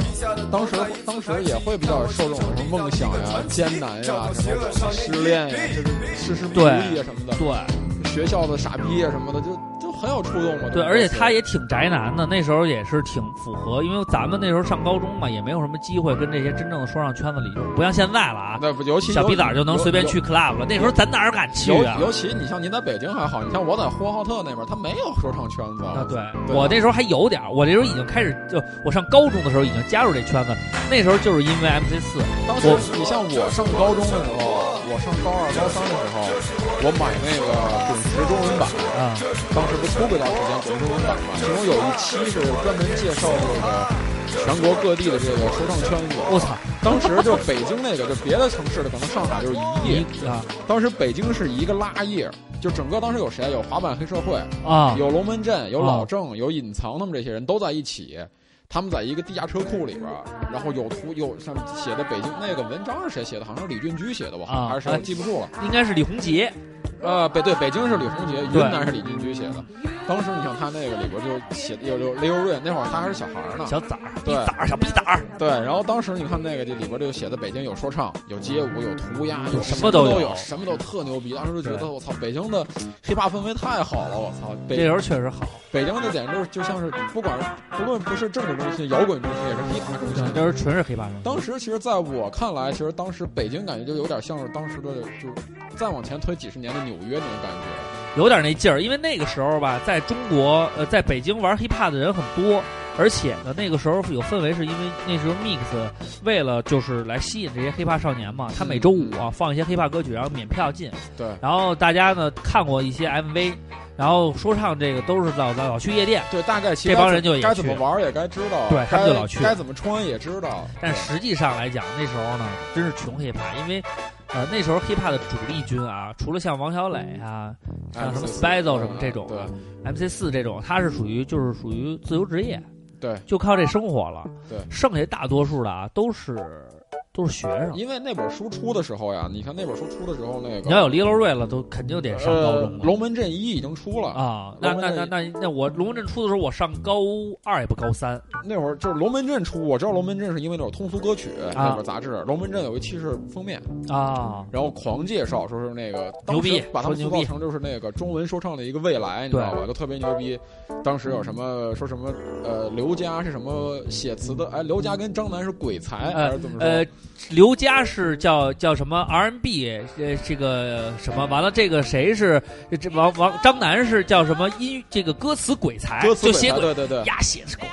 S4: 当时当时也会比较受这种什么梦想呀、艰难呀、什么失恋呀、就是事事不如意啊什么的，
S3: 对
S4: 学校的傻逼啊什么的，就就很有触动嘛。
S3: 对，而且他
S4: 也
S3: 也挺宅男的，那时候也是挺符合，因为咱们那时候上高中嘛，也没有什么机会跟这些真正的说唱圈子里，不像现在了啊，
S4: 那不尤其
S3: 小逼崽儿就能随便去。club 了。那时候咱哪儿敢去
S4: 尤
S3: 啊？
S4: 尤其你像您在北京还好，你像我在呼和浩特那边，他没有说唱圈子。
S3: 啊，对
S4: 对
S3: 我那时候还有点儿，我那时候已经开始，就我上高中的时候已经加入这圈子，那时候就是因为 MC 四，
S4: 当时你像我上高中的时候，我上高二、高三的时候，我买那个滚石中文版，
S3: 啊，
S4: 当时不出过一段时间滚石中文版嘛，其中有一期是专门介绍这个全国各地的这个说唱圈子。
S3: 我操，
S4: 当时就北京那个，就别的城市的可能上海就是一夜，
S3: 一啊
S4: 当时北京是一个拉夜，就整个当时有谁啊？有滑板黑社会，
S3: 啊，
S4: 有龙门阵，有
S3: 啊
S4: 老郑，有隐藏，他们这些人都在一起。他们在一个地下车库里边儿，然后有图有上写的北京那个文章是谁写的？好像是李俊居写的吧，
S3: 啊
S4: 还是谁？
S3: 哎
S4: 我记不住了。
S3: 应该是李洪杰，
S4: 呃，北对，北京是李洪杰，
S3: 对
S4: 云南是李俊居写的。当时你像他那个里边就写有有雷优瑞，那会儿他还是小孩儿呢。
S3: 小崽儿，逼
S4: 对
S3: 崽儿，小逼崽儿，
S4: 对，然后当时你看那个这里边就写的北京有说唱，有街舞，有涂鸦，有
S3: 什
S4: 什
S3: 么
S4: 么
S3: 都有
S4: 有，什么都特牛逼。当时就觉
S3: 对
S4: 得我操，北京的 hiphop 氛围太好了，我操，
S3: 这
S4: 北
S3: 时候确实好，
S4: 北京的简直就是就像是不管不论不是政治中心、摇滚中心，也是 hiphop 中
S3: 那
S4: 心。
S3: 时候纯是黑帮
S4: 当时其实在我看来，其实当时北京感觉就有点像是当时的，就是再往前推几十年的纽约那种感觉。
S3: 有点那劲儿，因为那个时候吧，在中国，呃，在北京玩 hiphop 的人很多，而且呢，那个时候有氛围，是因为那时候 mix 为了就是来吸引这些 hiphop 少年嘛，他每周五啊放一些 hiphop 歌曲，然后免票进，
S4: 对
S3: 然后大家呢看过一些 MV，然后说唱这个都是老老老去夜店，
S4: 对，大概其实
S3: 这帮人就也
S4: 该怎么
S3: 去
S4: 玩儿也该知道，
S3: 对他们就老
S4: 该
S3: 去
S4: 该怎么穿也知道。
S3: 但
S4: 对
S3: 实际上来讲，那时候呢，真是穷 hiphop，因为呃，那时候 hiphop 的主力军啊，除了像王小磊啊，
S4: 嗯
S3: 像什么
S4: MC4
S3: Spizo 什么这种
S4: 啊对
S3: 的，MC 四这种，他是属于就是属于自由职业，
S4: 对，
S3: 就靠这生活了。
S4: 对
S3: 剩下大多数的啊都是都是学生。
S4: 因为那本书出的时候呀，你看那本书出的时候，那个
S3: 你要有黎楼瑞了，都肯定得上高
S4: 呃
S3: 中，了。
S4: 龙门阵一已经出了，
S3: 啊，那
S4: 龙
S3: 那
S4: 门
S3: 那
S4: 阵
S3: 那那我龙门阵出的时候，我上高二也不高三
S4: 那会儿就是龙门阵出，我知道龙门阵是因为那种通俗歌曲、那本杂志，龙门阵有一期是封面，
S3: 啊，
S4: 然后狂介绍说是那个
S3: 牛逼
S4: 当时把他们
S3: 说牛
S4: 塑
S3: 逼
S4: 造成就是那个中文说唱的一个未来，你知道吧？都特别牛逼。当时有什么说什么呃，刘佳是什么写词的？哎，刘佳跟张楠是鬼才还哎是怎么说？
S3: 嗯呃，刘佳是叫叫什么 R&B，呃，这个什么完了，这个谁是这王王张楠是叫什么音这个歌词鬼才，
S4: 歌词
S3: 就
S4: 鬼
S3: 写
S4: 才，
S3: 鬼
S4: 对对对。
S3: 呀写的是鬼。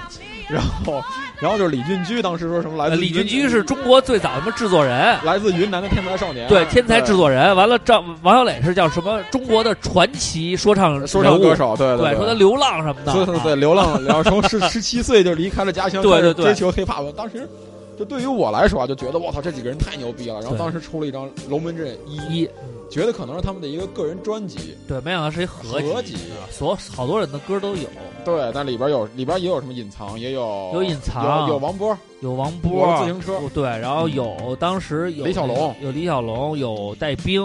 S4: 然后，然后就是李俊居当时说什么来
S3: 呃
S4: 自
S3: 李
S4: 云
S3: 俊基是中国最早什么制作人，
S4: 来自云南的天才少年，
S3: 对天才制作人。完了，张王小磊是叫什么中国的传奇说唱
S4: 呃对说唱
S3: 人物
S4: 歌，手，对
S3: 对，说他
S4: 对。
S3: 流浪什么的，
S4: 对对对，流浪，然后从十十七岁就离开了家
S3: 啊
S4: 乡，
S3: 对对对
S4: 开始追求 hiphop。当时就对于我来说啊，就觉得我操，这几个人太牛逼了。然后
S3: 对
S4: 当时出了一张《龙门阵一》，
S3: 一
S4: 觉得可能是他们的一个个人专辑，
S3: 对，没想到是一合
S4: 合
S3: 集
S4: 集
S3: 啊，所有好多人的歌都有，
S4: 对，但里边有里边也有什么隐藏，也有
S3: 有隐藏
S4: 有有王波，
S3: 有王
S4: 我
S3: 波哦
S4: 的自行车，嗯
S3: 对，然后有当时有
S4: 李小龙
S3: 有李小龙，有戴冰，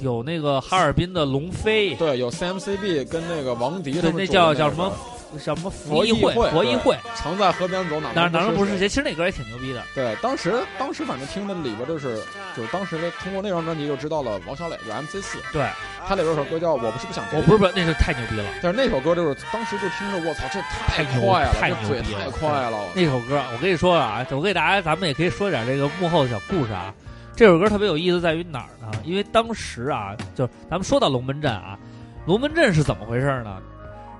S3: 有那个哈尔滨的龙飞，
S4: 对，有 CMCB 跟那个王迪他
S3: 对，
S4: 们
S3: 那
S4: 组的
S3: 叫
S4: 那
S3: 叫
S4: 个
S3: 什么什么福
S4: 佛
S3: 议
S4: 议
S3: 会，佛议
S4: 对
S3: 会，
S4: 常在河边走，哪
S3: 当然当然不
S4: 水
S3: 是谁，其实那歌也挺牛逼的，
S4: 对，当时当时反正听的里边就是就是当时的通过那张专辑就知道了王小磊就是 MC 四，
S3: 对
S4: 他里边有首歌叫我不是不想给
S3: 我
S4: 你
S3: 不是不是，那是太牛逼了，
S4: 但是那首歌就是当时就听着，我操，这太
S3: 太牛
S4: 快了，
S3: 太
S4: 这
S3: 牛
S4: 嘴
S3: 逼了
S4: 太快了。
S3: 那首歌，我跟你说啊，我给大家，咱们也可以说点这个幕后的小故事啊。这首歌特别有意思在于哪儿呢？因为当时啊，就是咱们说到龙门阵啊，龙门阵是怎么回事呢？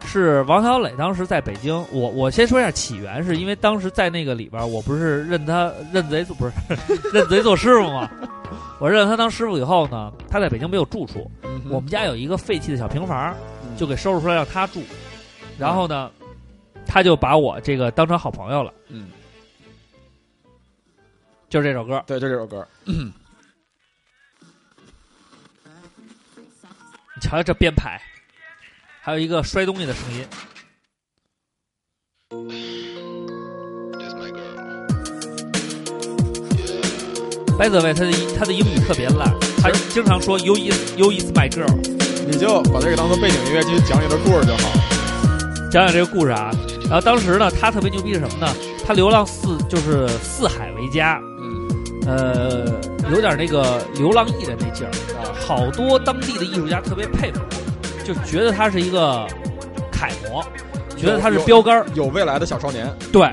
S3: 是王小磊当时在北京，我我先说一下起源，是因为当时在那个里边，我不是认他认贼做不是 认贼做师傅吗？我认他当师傅以后呢，他在北京没有住处，
S4: 嗯哼
S3: 我们家有一个废弃的小平房，
S4: 嗯啊
S3: 就给收拾出来让他住。然后呢，他就把我这个当成好朋友了。
S4: 嗯，
S3: 就是这首歌，
S4: 对，就这首歌，
S3: 你瞧瞧这编排，还有一个摔东西的声音。By the way，他的英他的英语特别烂，他经常说 “you is you is my girl”。
S4: 你就把这个当做背景音乐继续讲你的故事就好。
S3: 讲讲这个故事啊。然后当时呢，他特别牛逼是什么呢？他流浪四就是四海为家，
S4: 嗯
S3: 呃，有点那个流浪艺人那劲儿。
S4: 啊，
S3: 好多当地的艺术家特别佩服，就觉得他是一个楷模，觉得他是标杆儿。
S4: 有未来的小少年，
S3: 对，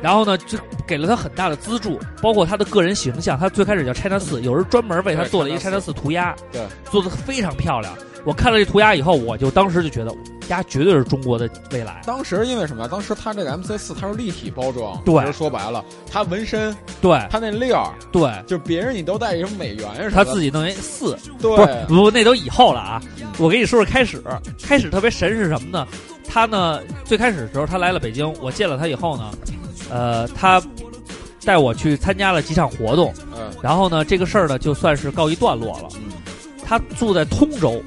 S3: 然后呢，就给了他很大的资助，包括他的个人形象。他最开始叫 China 四，有人专门为他做了一个 China 四涂鸦，
S4: 对，
S3: 做的非常漂亮。我看了这涂鸦以后，我就当时就觉得，丫绝对是中国的未来。
S4: 当时因为什么呀？当时他这个 MC 四，他是立体包装，
S3: 对
S4: 其实说白了，他纹身，
S3: 对
S4: 他那链儿，
S3: 对，
S4: 就别人你都带一个美元什么的，
S3: 他自己弄一四，不是
S4: 对，
S3: 不，那都以后了啊。我跟你说说开始，开始特别神是什么呢？他呢，最开始的时候他来了北京，我见了他以后呢，呃，他带我去参加了几场活动，
S4: 嗯，
S3: 然后呢，这个事儿呢就算是告一段落了。他住在通州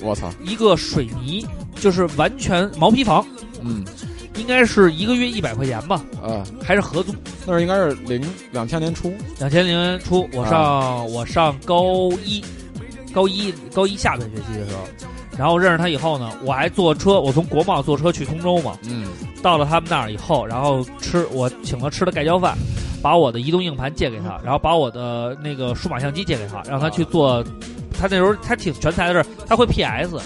S4: 我操，
S3: 一个水泥，就是完全毛坯房，
S4: 嗯
S3: 应该是一个月一百块钱吧，
S4: 啊，
S3: 还是合租？
S4: 那是应该是零两千年初，
S3: 两千零初，我上、我上高一，高一高一下半学期的时候，然后认识他以后呢，我还坐车，我从国贸坐车去通州嘛，
S4: 嗯，
S3: 到了他们那儿以后，然后吃我请他吃的盖浇饭，把我的移动硬盘借给他，然后把我的那个数码相机借给他，让他去做，他那时候他挺全才的是，他会 PS，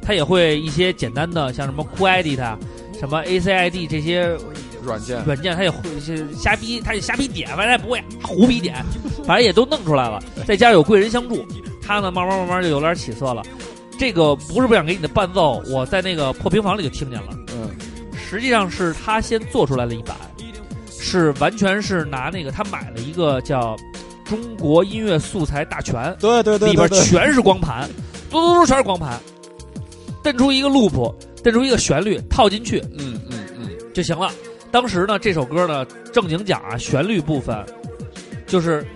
S3: 他也会一些简单的像什么 QEdit 啊。什么 ACID 这些
S4: 软件，
S3: 软件，他也会是瞎逼，他也瞎逼点，反正他也不会胡逼点，反正也都弄出来了。再加上有贵人相助，他呢慢慢慢慢就有点起色了。这个不是不想给你的伴奏，我在那个破平房里就听见了。
S4: 嗯，
S3: 实际上是他先做出来了一版，是完全是拿那个他买了一个叫《中国音乐素材大全》，
S4: 对对对
S3: 里边
S4: 对对，
S3: 全是光盘，嘟嘟嘟全是光盘，蹬出一个 loop，蹬出一个旋律套进去，
S4: 嗯嗯嗯，
S3: 就行了。当时呢，这首歌呢，正经讲啊，旋律部分就是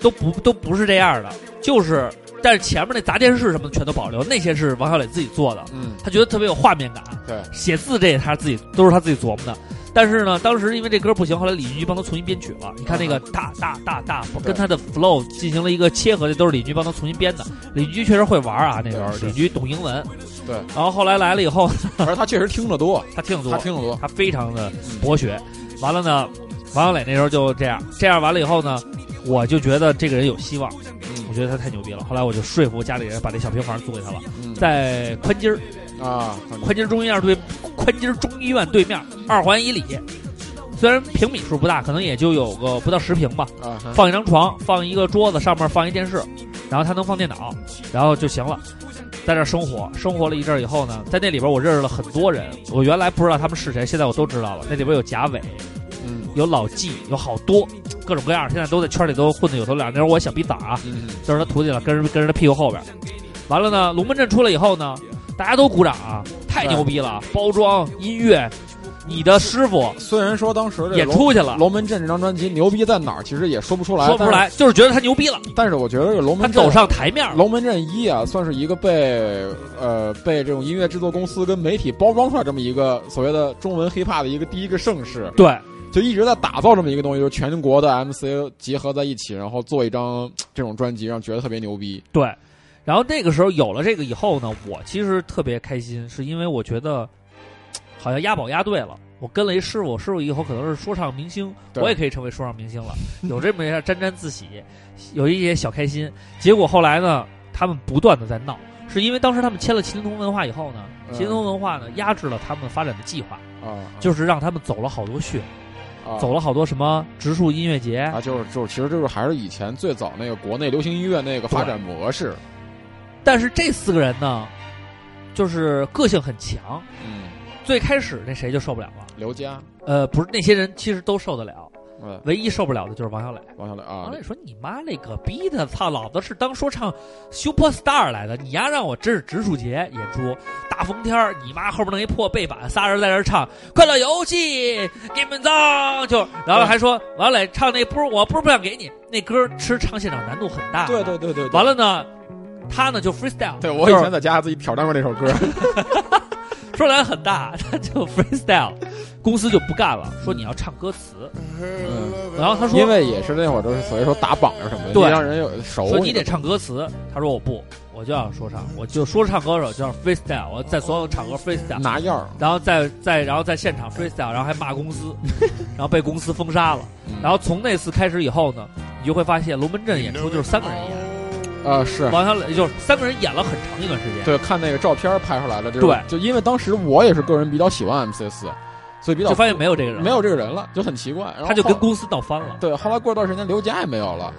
S3: 都不都不是这样的，就是，但是前面那砸电视什么的全都保留，那些是王小磊自己做的，
S4: 嗯，
S3: 他觉得特别有画面感。
S4: 对，
S3: 写字这也他自己都是他自己琢磨的。但是呢，当时因为这歌不行，后来李云一帮他重新编曲了。你看那
S4: 嗯
S3: 个大大大大，跟他的 flow 进行了一个切合，这都是李云一帮他重新编的。李云一确实会玩啊，那时候
S4: 对是
S3: 李云一懂英文。
S4: 对
S3: 然后后来来了以后，
S4: 而且他确实听得多，
S3: 他听得多，
S4: 他听得多，
S3: 他非常的博学。完了呢，王小磊那时候就这样，这样完了以后呢，我就觉得这个人有希望，我
S4: 嗯
S3: 觉得他太牛逼了。后来我就说服家里人把这小平房租给他了，
S4: 嗯
S3: 在宽街儿，
S4: 啊，
S3: 宽街儿中医院对，宽街儿中医院对面二环以里。虽然平米数不大，可能也就有个不到十平吧，
S4: 啊，
S3: 放一张床，放一个桌子，上面放一电视，然后他能放电脑，然后就行了。在这儿生活，生活了一阵儿以后呢，在那里边我认识了很多人，我原来不知道他们是谁，现在我都知道了。那里边有贾伟，
S4: 嗯
S3: 有老纪，有好多各种各样，现在都在圈里都混的有头有脸。那时候我小逼崽儿啊，
S4: 嗯，
S3: 就是他徒弟了，跟着跟着他屁股后边儿。完了呢，龙门阵出来以后呢，大家都鼓掌啊，太牛逼了！包装、音乐，你的师傅
S4: 虽然说当时这
S3: 也
S4: 龙
S3: 出去了，
S4: 龙门阵》这张专辑牛逼在哪儿，其实也说不出来，
S3: 说不出来，就是觉得他牛逼了，
S4: 但是。但是我觉得这个《龙
S3: 他
S4: 门阵》
S3: 走上台面了。
S4: 龙门阵一》啊，算是一个被呃被这种音乐制作公司跟媒体包装出来这么一个所谓的中文 hiphop 的一个第一个盛世，
S3: 对，
S4: 就一直在打造这么一个东西，就是全国的 MC 集合在一起，然后做一张这种专辑，让觉得特别牛逼。
S3: 对，然后那个时候有了这个以后呢，我其实特别开心，是因为我觉得好像押宝押对了。我跟了一师傅，师傅以后可能是说唱明星，
S4: 对
S3: 我也可以成为说唱明星了，有这么一下沾沾自喜，有一些小开心。结果后来呢，他们不断的在闹，是因为当时他们签了麒麟童文化以后呢，
S4: 嗯
S3: 麒麟童文化呢压制了他们发展的计划，
S4: 啊，
S3: 就是让他们走了好多穴，
S4: 啊
S3: 走了好多什么植树音乐节，
S4: 啊，就是就是，其实就是还是以前最早那个国内流行音乐那个发展模式。
S3: 但是这四个人呢，就是个性很强，
S4: 嗯，
S3: 最开始那谁就受不了了，
S4: 刘佳，
S3: 呃，不是那些人其实都受得了，
S4: 嗯，
S3: 唯一受不了的就是王小磊。
S4: 王小磊啊
S3: 王小，磊说：“你妈了个逼的，操！老子是当说唱 super star 来的，你丫让我真是植树节演出，大风天儿，你妈后边弄一破背板，仨人在这儿唱《快乐游戏》，给你们脏就，然后还说王小磊唱那不是我不是不想给你那歌，其实唱现场难度很大。
S4: 对对对对，对
S3: 完，了呢，他呢就 freestyle，
S4: 对我以前在家自己挑战过这首歌。
S3: 说来很大，他就 freestyle，公司就不干了，说你要唱歌词，
S4: 嗯
S3: 然后他说，
S4: 因为也是那会儿都是所以说打榜啊什么的，
S3: 对
S4: 你让人有熟。
S3: 说你得唱歌词，他说我不，我就要说唱，我就说唱歌手就要 freestyle，我在所有场合 freestyle，
S4: 拿样儿，
S3: 然后在在然后在现场 freestyle，然后还骂公 司，然后被公司封杀了。然后从那次开始以后呢，你就会发现龙门阵演出就是三个人演，
S4: 啊是。
S3: 王小磊就是三个人演了很长一段时间。
S4: 对，看那个照片拍出来了，就是
S3: 对
S4: 就因为当时我也是个人比较喜欢 MC 四，所以比较
S3: 就发现没有这个人，
S4: 没有这个人了，就很奇怪。然后
S3: 他就跟
S4: 后
S3: 公司闹翻了。
S4: 对，后来过一段时间，刘佳也没有了，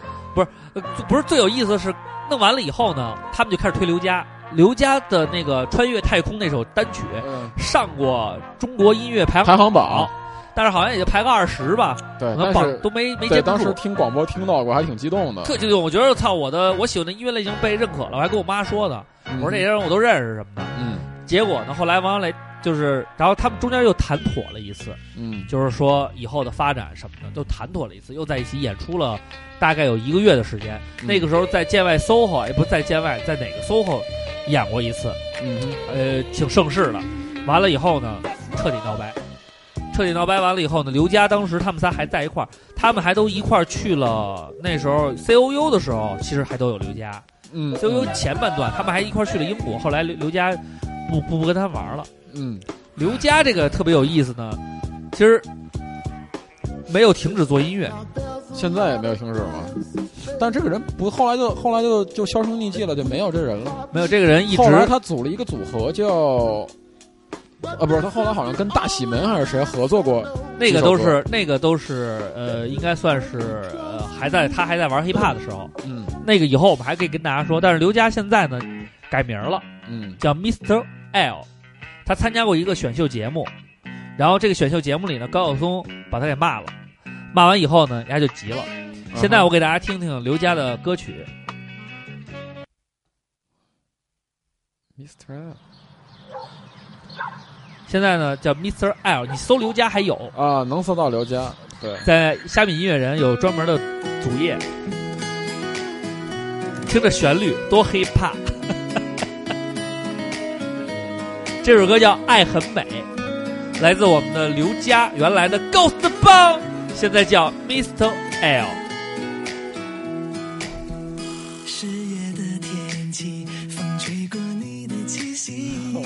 S3: 呃不是最有意思的是，弄完了以后呢，他们就开始推刘佳。刘佳的那个《穿越太空》那首单曲
S4: 嗯，
S3: 上过中国音乐排
S4: 排
S3: 行
S4: 行
S3: 榜
S4: 榜，，
S3: 但是好像也就排个二十吧，
S4: 对
S3: 可，能
S4: 但
S3: 榜
S4: 是
S3: 都没没
S4: 对
S3: 接不
S4: 当时
S3: 住。
S4: 听广播听到过，还挺激动的。
S3: 特激动，我觉得操，我的我喜欢的音乐类型被认可了，我还跟我妈说呢，我说这些人我都认识什么的。
S4: 嗯
S3: 结果呢，后来王小雷就是，然后他们中间又谈妥了一次，
S4: 嗯
S3: 就是说以后的发展什么的都谈妥了一次，又在一起演出了大概有一个月的时间。
S4: 嗯
S3: 那个时候在建外 SOHO，也不是在建外，在哪个 SOHO 演过一次，
S4: 嗯哼
S3: 呃，挺盛世的。完了以后呢，彻底闹掰，彻底闹掰完了以后呢，刘佳当时他们仨还在一块儿，他们还都一块儿去了那时候 C O U 的时候，其实还都有刘佳。
S4: 嗯
S3: C O U 前半段他们还一块儿去了英国，后来刘刘佳不不不跟他玩了。
S4: 嗯
S3: 刘佳这个特别有意思呢，其实没有停止做音
S4: 嗯
S3: 乐，
S4: 现在也没有停止吗？但这个人不后来就后来就就销声匿迹了，就没有这人了。
S3: 没有这个人一直
S4: 后来他组了一个组合叫，啊，不是，他后来好像跟大喜门还是谁合作过，
S3: 那个都是那个都是呃，应该算是呃还在他还在玩 hiphop 的时候，
S4: 嗯
S3: 那个以后我们还可以跟大家说。但是刘佳现在呢改名了，
S4: 嗯
S3: 叫 Mr. L，他参加过一个选秀节目，然后这个选秀节目里呢，高晓松把他给骂了，骂完以后呢，人家就急了。
S4: 嗯
S3: 现在我给大家听听刘佳的歌曲，
S4: ，Mr.
S3: 现在呢叫 Mr. L，你搜刘佳还有。
S4: 啊，能搜到刘佳，对，
S3: 在虾米音乐人有专门的主页。听着旋律多 hiphop。这首歌叫《爱很美》，来自我们的刘佳，原来的 Ghost Bang，现在叫 Mr. L。
S6: 十月的天气，风吹过你的气 息。有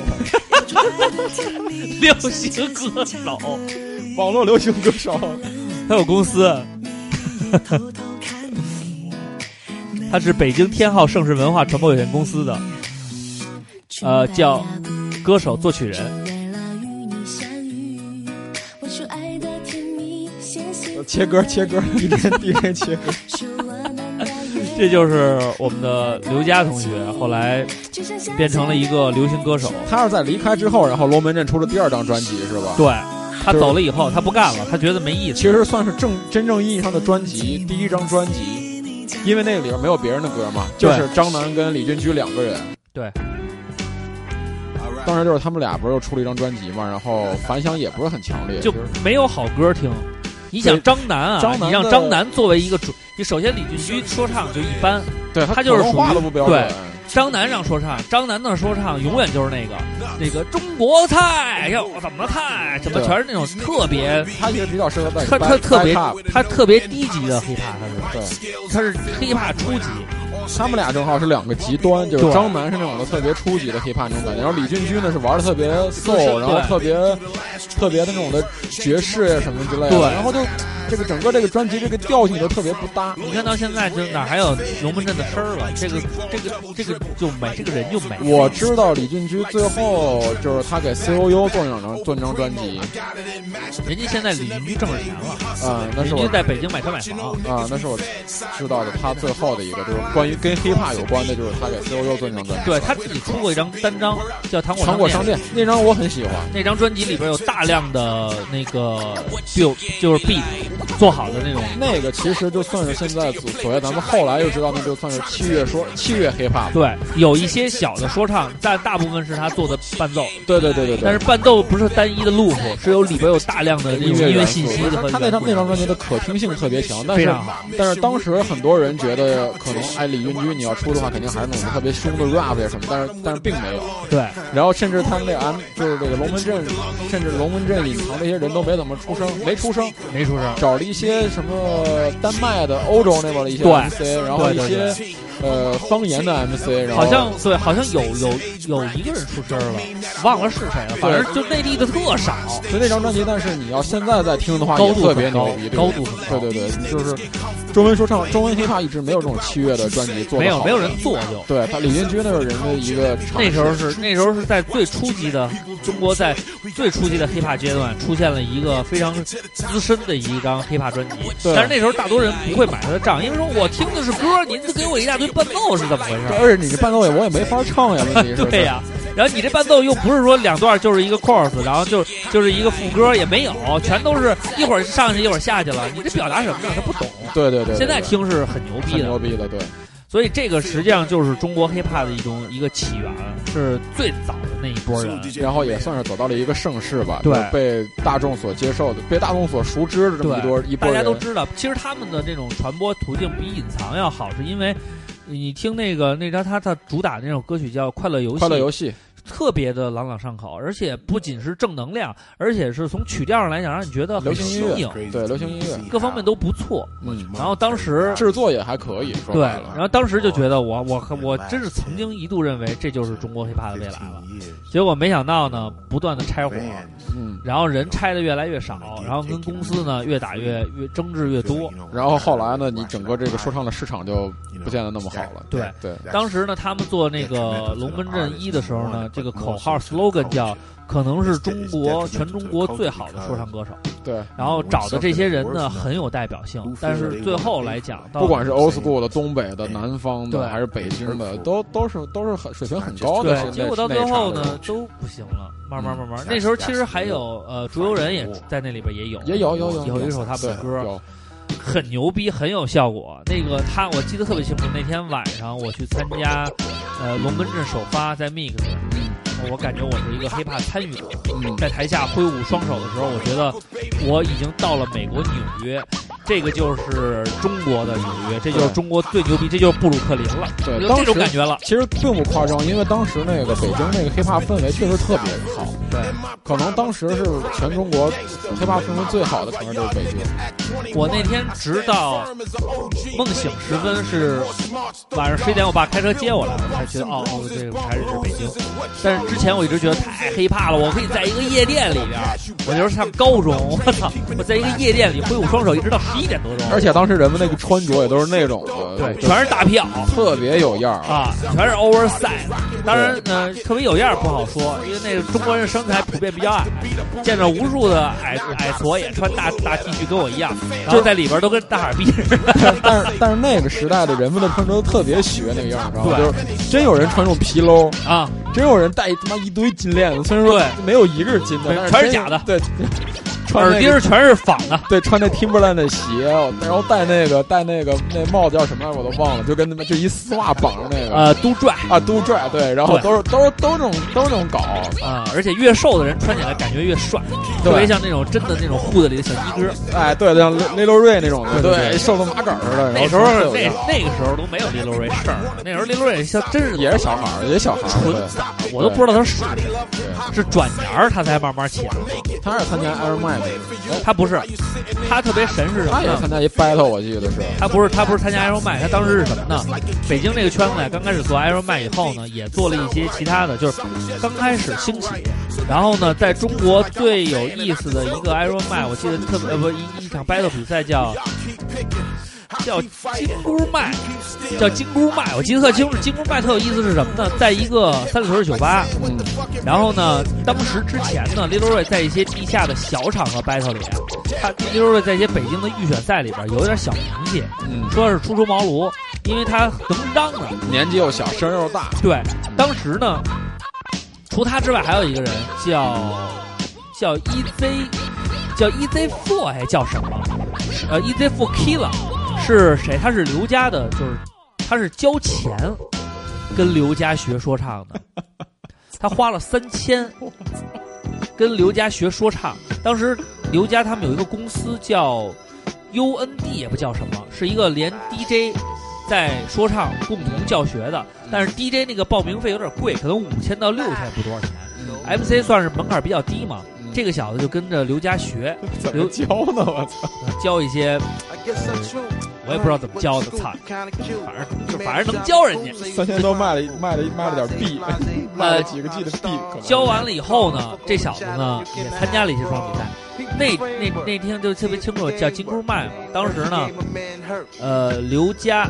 S6: 种很甜蜜
S3: 流行歌手，
S4: 网络流行歌手，
S3: 他有公司，
S6: 偷偷看你，
S3: 他是北京天浩盛世文化传播有限公司的呃叫歌手、作曲人。
S6: 为了与你相遇，我说爱的甜蜜，谢谢
S4: 切歌切歌，DJ DJ 切歌，
S6: 是我们的缘
S3: 这就是我们的刘佳同学，后来
S6: 只剩下
S3: 变成了一个流行歌手。
S4: 他是在离开之后，然后龙门阵出了第二张专辑是吧？
S3: 对他走了以后，他不干了，他觉得没意思。
S4: 其实算是正真正意义上的专辑，第一张专辑，因为那里边没有别人的歌嘛，就
S3: 对
S4: 是张楠跟李俊驹两个人。
S3: 对，
S4: 当时就是他们俩不是又出了一张专辑嘛，然后反响也不是很强烈，
S3: 就
S4: 就是
S3: 没有好歌听。你想张楠啊，
S4: 张楠的
S3: 你让张楠作为一个主，你首先李俊驹说唱就一般，
S4: 对
S3: 他就是
S4: 普通话
S3: 属于
S4: 都不标准
S3: 对。张楠让说唱，张楠的说唱永远就是那个那个中国菜要怎么菜，怎么
S4: 对
S3: 全是那种特别。
S4: 他其实比较适合在
S3: 他他特别
S4: backup
S3: 他特别低级的 hiphop，他是
S4: 对，
S3: 他是 hiphop 初级，
S4: 他们俩正好是两个极端，就是
S3: 对
S4: 张楠是那种的特别初级的 hiphop 那种感觉，然后李俊驹呢是玩的特别 soul，
S3: 对
S4: 然后特别特别的那种的爵士呀什么之类的，
S3: 对
S4: 然后就这个整个这个专辑这个调性就特别不搭。
S3: 你看到现在就哪还有龙门阵的声儿了？这个这个这个就没，这个人就没。
S4: 我知道李俊驹最后就是他给 C O U 做那张做那张专辑，
S3: 人家现在李俊驹挣着钱了，
S4: 啊、那
S3: 人
S4: 是
S3: 家
S4: 我
S3: 在北京买车买房。
S4: 啊、那是我知道的他最后的一个就是关于跟 hiphop 有关的，就是他给 C O U 做那张专辑。
S3: 对他自己出过一张单张，叫《糖果
S4: 糖果商店那张我很喜欢，
S3: 那张专辑里边有大量的那个 build，就是 beat 做好的那种。
S4: 那个其实就算是现在所所谓咱们后来又知道，那就算是器乐说器乐 hiphop。
S3: 对，有一些小的说唱，但大部分是他做的伴奏。
S4: 对对对对
S3: 但
S4: 对
S3: 是。伴奏不是单一的路数，是有里边有大量的那种音乐
S4: 元素
S3: 信息的和
S4: 他那
S3: 元
S4: 张
S3: 素
S4: 那张专辑的可听性特别强，但
S3: 非
S4: 是
S3: 常好
S4: 但是当时很多人觉得可能哎李云居你要出的话，肯定还是那种特别凶的 rap 呀什么，但是但是并没有。
S3: 对
S4: 然后甚至他们那 M 就是这个龙门阵，甚至龙门阵隐藏那些人都没怎么出声，没出声，
S3: 没出声。
S4: 找了一些什么丹麦的、欧洲那边的一些
S3: 对
S4: MC，然后
S3: 对
S4: 一
S3: 对
S4: 些呃方言的 MC，然后
S3: 好像对，好像有有有一个人出声了，忘了是谁了，反正就内地的特少。
S4: 就那张专辑，但是你要现在再听的话，
S3: 高
S4: 也
S3: 度
S4: 特
S3: 很
S4: 别牛
S3: 高
S4: 逼，
S3: 高度很高
S4: 对对对，就是中文说唱、中文 hiphop 一直没有这种器乐的专辑做得
S3: 没有
S4: 好
S3: 没有人做就。
S4: 对他李云居那是人的一个尝试
S3: 那时候是那时候是在最初级的中国在最初级的 hiphop 阶段出现了一个非常资深的一张 hiphop 专辑，
S4: 对
S3: 但是那时候大多人不会买他的账，因为说我听的是歌，您给我一大堆伴奏是怎么回
S4: 对，
S3: 事？
S4: 而且你这伴奏也我也没法唱呀，问题 是
S3: 对呀、然后你这伴奏又不是说两段就是一个 chorus，然后就就是一个副歌也没有，全都是一会儿上去一会儿下去了，你这表达什么呢？他不懂。
S4: 对对对，对
S3: 现在听是很牛
S4: 很
S3: 逼的
S4: 牛，逼的，对
S3: 所以这个实际上就是中国 hiphop 的一种一个起源，是最早的那一波人。
S4: 然后也算是走到了一个盛世吧，
S3: 对
S4: 就是被大众所接受的、被大众所熟知的这么一波一
S3: 大
S4: 波
S3: 家
S4: 人
S3: 都。知道，其实他们的这种传播途径比隐藏要好，是因为你听那个那张他他主打那首歌曲叫《快乐游戏》，
S4: 快乐游戏，
S3: 特别的朗朗上口，而且不仅是正能量，而且是从曲调上来讲，让你觉得
S4: 流
S3: 很
S4: 行
S3: 新
S4: 音乐
S3: 颖，，
S4: 对流行音乐，
S3: 各方面都不错。
S4: 嗯，
S3: 然后当时
S4: 制作也还可以，说
S3: 对，
S4: 白了
S3: 然后当时就觉得我我我真是曾经一度认为这就是中国 hiphop 的未来了，结果没想到呢，不断的拆伙，
S4: 嗯，
S3: 然后人拆的越来越少，然后跟公司呢越打越越争执越多。
S4: 然后后来呢，你整个这个说唱的市场就不见得那么好了。
S3: 对
S4: 对，
S3: 当时呢，他们做那个龙门阵一的时候呢，这个口号 slogan 叫“可能是中国全中国最好的说唱歌手
S4: 对，”，
S3: 然后找的这些人呢很有代表性，但是最后来讲，到
S4: 不管是 old school 的、东北的、南方
S3: 嗯对
S4: 的，还是北京的，都都是都是很水平很高的。
S3: 对，
S4: 是
S3: 结
S4: 那
S3: 果到最后，
S4: 那一茬
S3: 呢
S4: 的嗯
S3: 都不行了，慢慢慢慢。那时候其实还有呃，竹游人也在那里边也有，
S4: 也有有有
S3: 有一首他们的歌，
S4: 对有
S3: 很牛逼，很有效果。那个他，我记得特别清楚，那天晚上我去参加，呃，龙门阵首发在 Mix，我
S4: 嗯
S3: 感觉我是一个 hiphop 参与者，在台下挥舞双手的时候，我觉得我已经到了美国纽约，这个就是中国的纽约，这就是中国最牛逼，这就是布鲁克林了，
S4: 对
S3: 有
S4: 当
S3: 这种
S4: 时
S3: 感觉了。
S4: 其实并不夸张，因为当时那个北京那个 hiphop 氛围确实特别好，
S3: 对，
S4: 可能当时是全中国 hiphop 氛围最好的城市就是北京。
S3: 我那天直到梦醒时分是晚上十一点，我爸开车接我来，我才觉得哦哦，这个还是北京。但是之前我一直觉得太黑怕了，我可以在一个夜店里边儿，我那时候上高中，我操，我在一个夜店里挥舞双手，一直到十一点多钟，
S4: 而且当时人们那个穿着也都是那种的，
S3: 对，
S4: 就
S3: 全是大屁眼
S4: 特别有样儿。
S3: 啊，全是 oversize。当然，呃，特别有样儿不好说，因为那个中国人身材普遍比较矮，见着无数的矮矮矬也穿大大 T 恤，跟我一样，然后在里边都跟大傻逼似的。
S4: 但是但是那个时代的人们的穿着都特别学那个样儿，你知道
S3: 对
S4: 吗？就是真有人穿这种皮褛，
S3: 啊，
S4: 真有人戴他妈一堆金链子，虽然说
S3: 对
S4: 没有一个是金的，
S3: 对
S4: 但是
S3: 全是
S4: 真有
S3: 假的
S4: 对，穿
S3: 耳
S4: 那个
S3: 钉儿全是仿的，
S4: 对，穿那 Timberland 的鞋，我然后戴那个戴那个那帽子叫什么来我都忘了，就跟他们就一丝袜绑着那个
S3: 呃，都拽
S4: 啊都拽对，然后
S3: 对
S4: 都是都是都是这种都是这种搞，
S3: 啊，而且越瘦的人穿起来感觉越帅，特别像那种真的那种裤子里的小鸡哥。
S4: 哎对，像雷雷洛瑞那种的，
S3: 对对对
S4: 瘦的马杆儿似的，然后
S3: 那时
S4: 特别
S3: 候
S4: 有
S3: 那
S4: 样儿
S3: 那个时候都没有林洛瑞事儿，那时候林洛瑞像真是
S4: 也是小孩儿，也是小孩儿，
S3: 纯
S4: 对
S3: 傻，我都不知道他是傻逼，是转年儿他才慢慢起来。
S4: 他是参加 Air m a x
S3: 他不是，他特别神是什么
S4: 他也
S3: 呢
S4: 参？加一 battle，我记得是。
S3: 他不是，他不是参加 Iron Man，他当时是什么呢？北京这个圈子呀，刚开始做 Iron Man 以后呢，也做了一些其他的，就是刚开始兴起。然后呢，在中国最有意思的一个 Iron Man，我记得特别呃不一一场 battle 比赛叫叫金箍麦，叫金箍麦，我记得特清楚。金箍麦特有意思是什么呢？在一个三里屯的酒吧，
S4: 嗯，
S3: 然后呢，当时之前呢 l i l Roy 在一些地下的小场合 battle 里，啊他 l i l Roy 在一些北京的预选赛里边有点小名气，
S4: 嗯
S3: 说是初出茅庐，因为他能嚷嚷。
S4: 年纪又小，声儿又大，
S3: 对，当时呢，除他之外还有一个人叫叫 EZ，叫 EZ Four 还叫什么？呃，EZ Four Killa 是谁？他是刘佳的，就是他是交钱跟刘佳学说唱的，他花了三千跟刘佳学说唱。当时刘佳他们有一个公司叫 UND，也不叫什么，是一个连 DJ 在说唱共同教学的，
S4: 嗯
S3: 但是 DJ 那个报名费有点贵，可能五千到六千不多少钱。MC
S4: 哎
S3: 算是门槛比较低嘛，这个小子就跟着刘佳学，
S4: 嗯 怎
S3: 刘
S4: 么教呢？我操！
S3: 教一些，我也不知道怎么教的，操，反正就反正能教人家。
S4: 三千多卖了一卖了一卖了点币，卖了几个 G 的币，可能
S3: 教完了以后呢，这小子呢也参加了一些双比赛。那那那天就特别清楚，叫金箍 麦嘛。当时呢，呃，刘佳，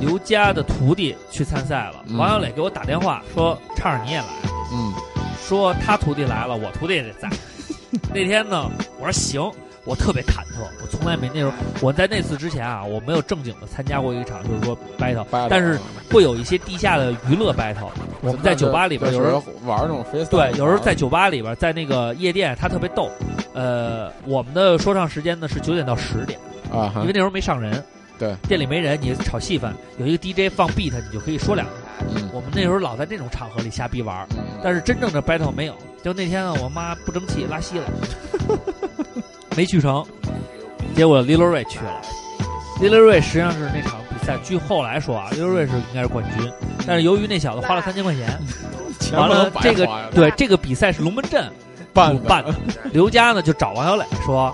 S3: 刘佳的徒弟去参赛了。
S4: 嗯
S3: 王小磊给我打电话说：“畅儿你也来。”
S4: 嗯，
S3: 说他徒弟来了，我徒弟也得 在。那天呢，我说行，我特别忐忑，我从来没那时候，我在那次之前啊，我没有正经的参加过一场，就是说 battle，
S4: battle
S3: 但是会有一些地下的娱乐 battle，我们在酒吧里边
S4: 对
S3: 有时候
S4: 玩那种 freestyle，啊
S3: 对，有时候在酒吧里边，在那个夜店，他特别逗。呃，我们的说唱时间呢是九点到十点，
S4: 啊哈
S3: 因为那时候没上人，
S4: 对，
S3: 店里没人，你炒戏份，有一个 DJ 放 beat，你就可以说两句。
S4: 嗯
S3: 我们那时候老在这种场合里瞎逼玩儿，
S4: 嗯
S3: 但是真正的 battle 没有。就那天呢，我妈不争气拉稀了，没去成，结果 Lil Ray 去了。Lil Ray 实际上是那场比赛，据后来说啊，Lil Ray 是应该是冠军，但是由于那小子花了三千块钱，
S4: 钱
S3: 完
S4: 不能
S3: 了
S4: 白
S3: 这个
S4: 花呀
S3: 对这个比赛是龙门阵
S4: 办的
S3: 办的，刘佳呢就找王小磊说。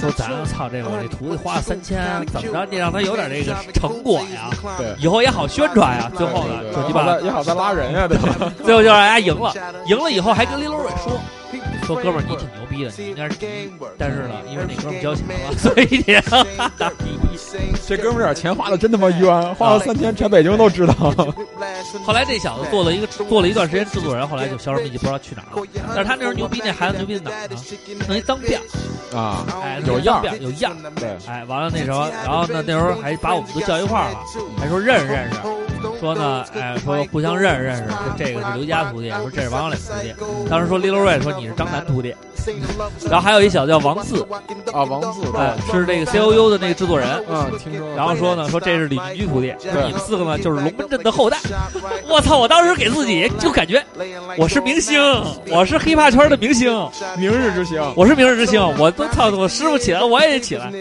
S3: 说咱操这个我这徒弟花了三千，怎么着你让他有点这个成果呀，
S4: 对
S3: 以后也好宣传呀。最后呢，
S4: 对
S3: 就
S4: 对
S3: 鸡
S4: 也
S3: 巴
S4: 好，再也好再拉人呀，对吧？
S3: 最后就让人家赢了，赢了以后还跟 Lil Ray 说，说哥们儿你挺牛逼的，你应该是第一，但是呢，因为那哥们儿交钱了，所以你哈哈打第一。
S4: 这哥们儿点钱花的真他妈冤，花了三千，全北京都知道。
S3: 后来这小子做了一个做了一段时间制作人，后来就销声匿迹，不知道去哪儿了。但是他那时候牛逼，那孩子牛逼在哪儿呢？弄一脏辫儿，
S4: 啊，
S3: 哎，
S4: 有
S3: 弄一脏
S4: 样
S3: 辫儿有样儿。
S4: 对，
S3: 哎，完了那时候，然后呢，那时候还把我们都叫一块儿了，还说认识认识，说呢，哎，说互相认识认识，说这个是刘家徒弟，说这是王小磊徒弟。当时说 Lil Ray 说你是张楠徒弟，然后还有一小子叫王四，
S4: 啊，王四，
S3: 哎，是这个 C O U 的那个制作人。
S4: 嗯，听说了，
S3: 然后说呢，说这是李金居徒弟，说你们四个呢就是龙门阵的后代。我操！我当时给自己就感觉我是明星，我是黑怕圈的明星，
S4: 明日之星，
S3: 我是明日之星，我都操！我师傅起来我也得起来。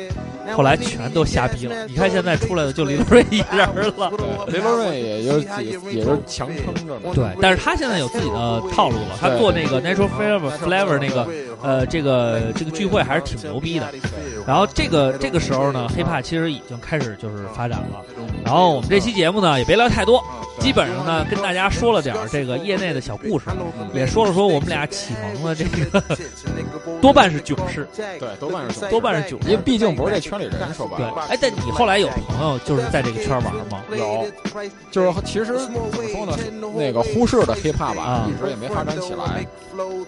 S3: 后来全都瞎逼了。你看现在出来的就李宗瑞一人了。
S4: 雷洛瑞也有几，也就是强撑着呢。
S3: 对，但是他现在有自己的套路了，他做那个 Natural Flavor Flavor 那个呃这个这个聚会还是挺牛逼的。然后这个这个时候呢，hiphop 其实已经开始就是发展了。然后我们这期节目呢也别聊太多，基本上呢跟大家说了点儿这个业内的小故事，也说了说我们俩启蒙的这个 多半是囧事，
S4: 对，多半是这么
S3: 多半是囧
S4: 因为
S3: 事。
S4: 毕竟不是这圈里人，说白
S3: 对
S4: 了，，
S3: 哎，但你后来有朋友就是在这个圈玩吗？
S4: 有，就是其实怎么说呢，那个忽视的 hiphop 吧
S3: 啊，
S4: 一直也没发展起来。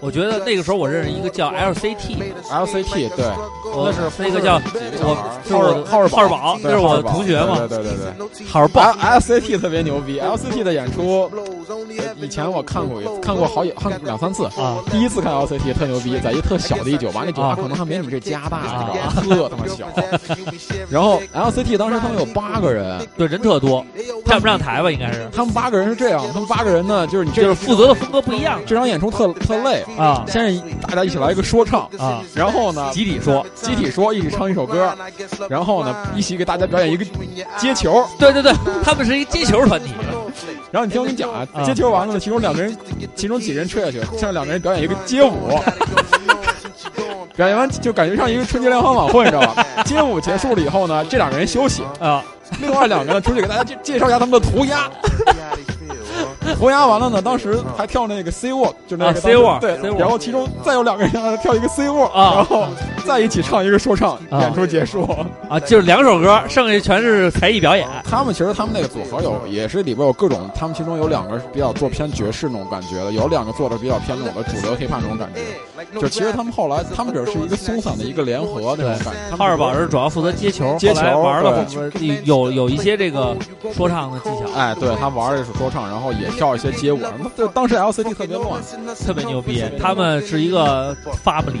S3: 我觉得那个时候我认识一个叫 LCT，
S4: LCT 对，
S3: 我
S4: 那是
S3: 那个叫
S4: 几个小孩
S3: 我就
S4: 儿
S3: 是我的
S4: 浩尔
S3: 浩
S4: 浩
S3: 尔
S4: 尔
S3: 宝
S4: 宝，
S3: 那是我的同学嘛
S4: 对，对对对对。
S3: 浩尔宝
S4: L C T 特别牛逼，L C T 的演出，呃以前我看过一次，看过好几看两三次
S3: 啊
S4: 第一次看 L C T 特牛逼，在一特小的一酒吧，那酒吧
S3: 啊
S4: 可能还没你这家大，
S3: 啊
S4: 你知道吗？特他妈小。然后 L C T 当时他们有八个人，
S3: 对人特多，站不上台吧应该是，
S4: 他们八个人是这样，他们八个人呢，就是你这
S3: 就是负责的风格不一样
S4: 这场演出特特累，
S3: 啊
S4: 先是大家一起来一个说唱，
S3: 啊，
S4: 然后呢
S3: 集体说，
S4: 集体说，一起唱一首歌，然后呢一起给大家表演一个接球。
S3: 对对对，他们是一接球团 体，
S4: 然后你听我跟你讲啊
S3: 啊，
S4: 接球完了呢，其中两个人，其中几个人吹下去，像两个人表演一个街舞， 表演完就感觉像一个春节联欢晚会，你知道吧？街舞结束了以后呢，这两个人休息，
S3: 啊
S4: 另外两个呢出去给大家介介绍一下他们的涂 鸦。涂鸦完了呢，当时还跳那个 C walk，就那
S3: 啊
S4: 个
S3: C walk，
S4: 对
S3: C walk
S4: 然后其中再有两个人让他跳一个 C walk，
S3: 啊
S4: 然后再一起唱一个说唱，
S3: 啊
S4: 演出结束。
S3: 啊，就是两首歌，剩下全是才艺 表演
S4: 他们其实他们那个组合有也是里边有各种，他们其中有两个是比较做偏爵士那种感觉的，有两个做的比较偏那种的主流 hiphop 那种感觉。就其实他们后来，他们只是一个松散的一个联合那种感觉。
S3: 浩尔宝是主要负责接球，
S4: 接
S3: 后
S4: 球
S3: 来玩了有有一些这个说唱的技巧，
S4: 哎，对他玩的是说唱，然后也跳一些街舞什么的。就当时 LCD 特别乱，
S3: 特别牛逼。他们是一个 family，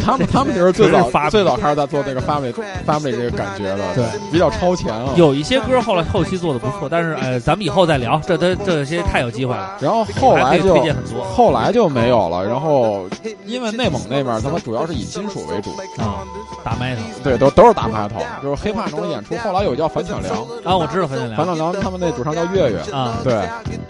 S4: 他们，他们就是最
S3: 纯是发
S4: 早最早开始在做这个 family family 这个感觉的，
S3: 对，
S4: 比较超前啊。
S3: 有一些歌后来后期做的不错，但是呃，咱们以后再聊，这这这些太有机会了。
S4: 然后后来
S3: 还可以
S4: 就
S3: 推荐很多
S4: 后来就没有了。然后因为内蒙那边他们主要是以金属为主，
S3: 啊，大麦头
S4: 对，都都是大排头，就是黑怕那种演出。后来有叫反挑梁，
S3: 啊，我知道冯建
S4: 反
S3: 良
S4: 挑梁他们那主唱叫月月，
S3: 啊，
S4: 对。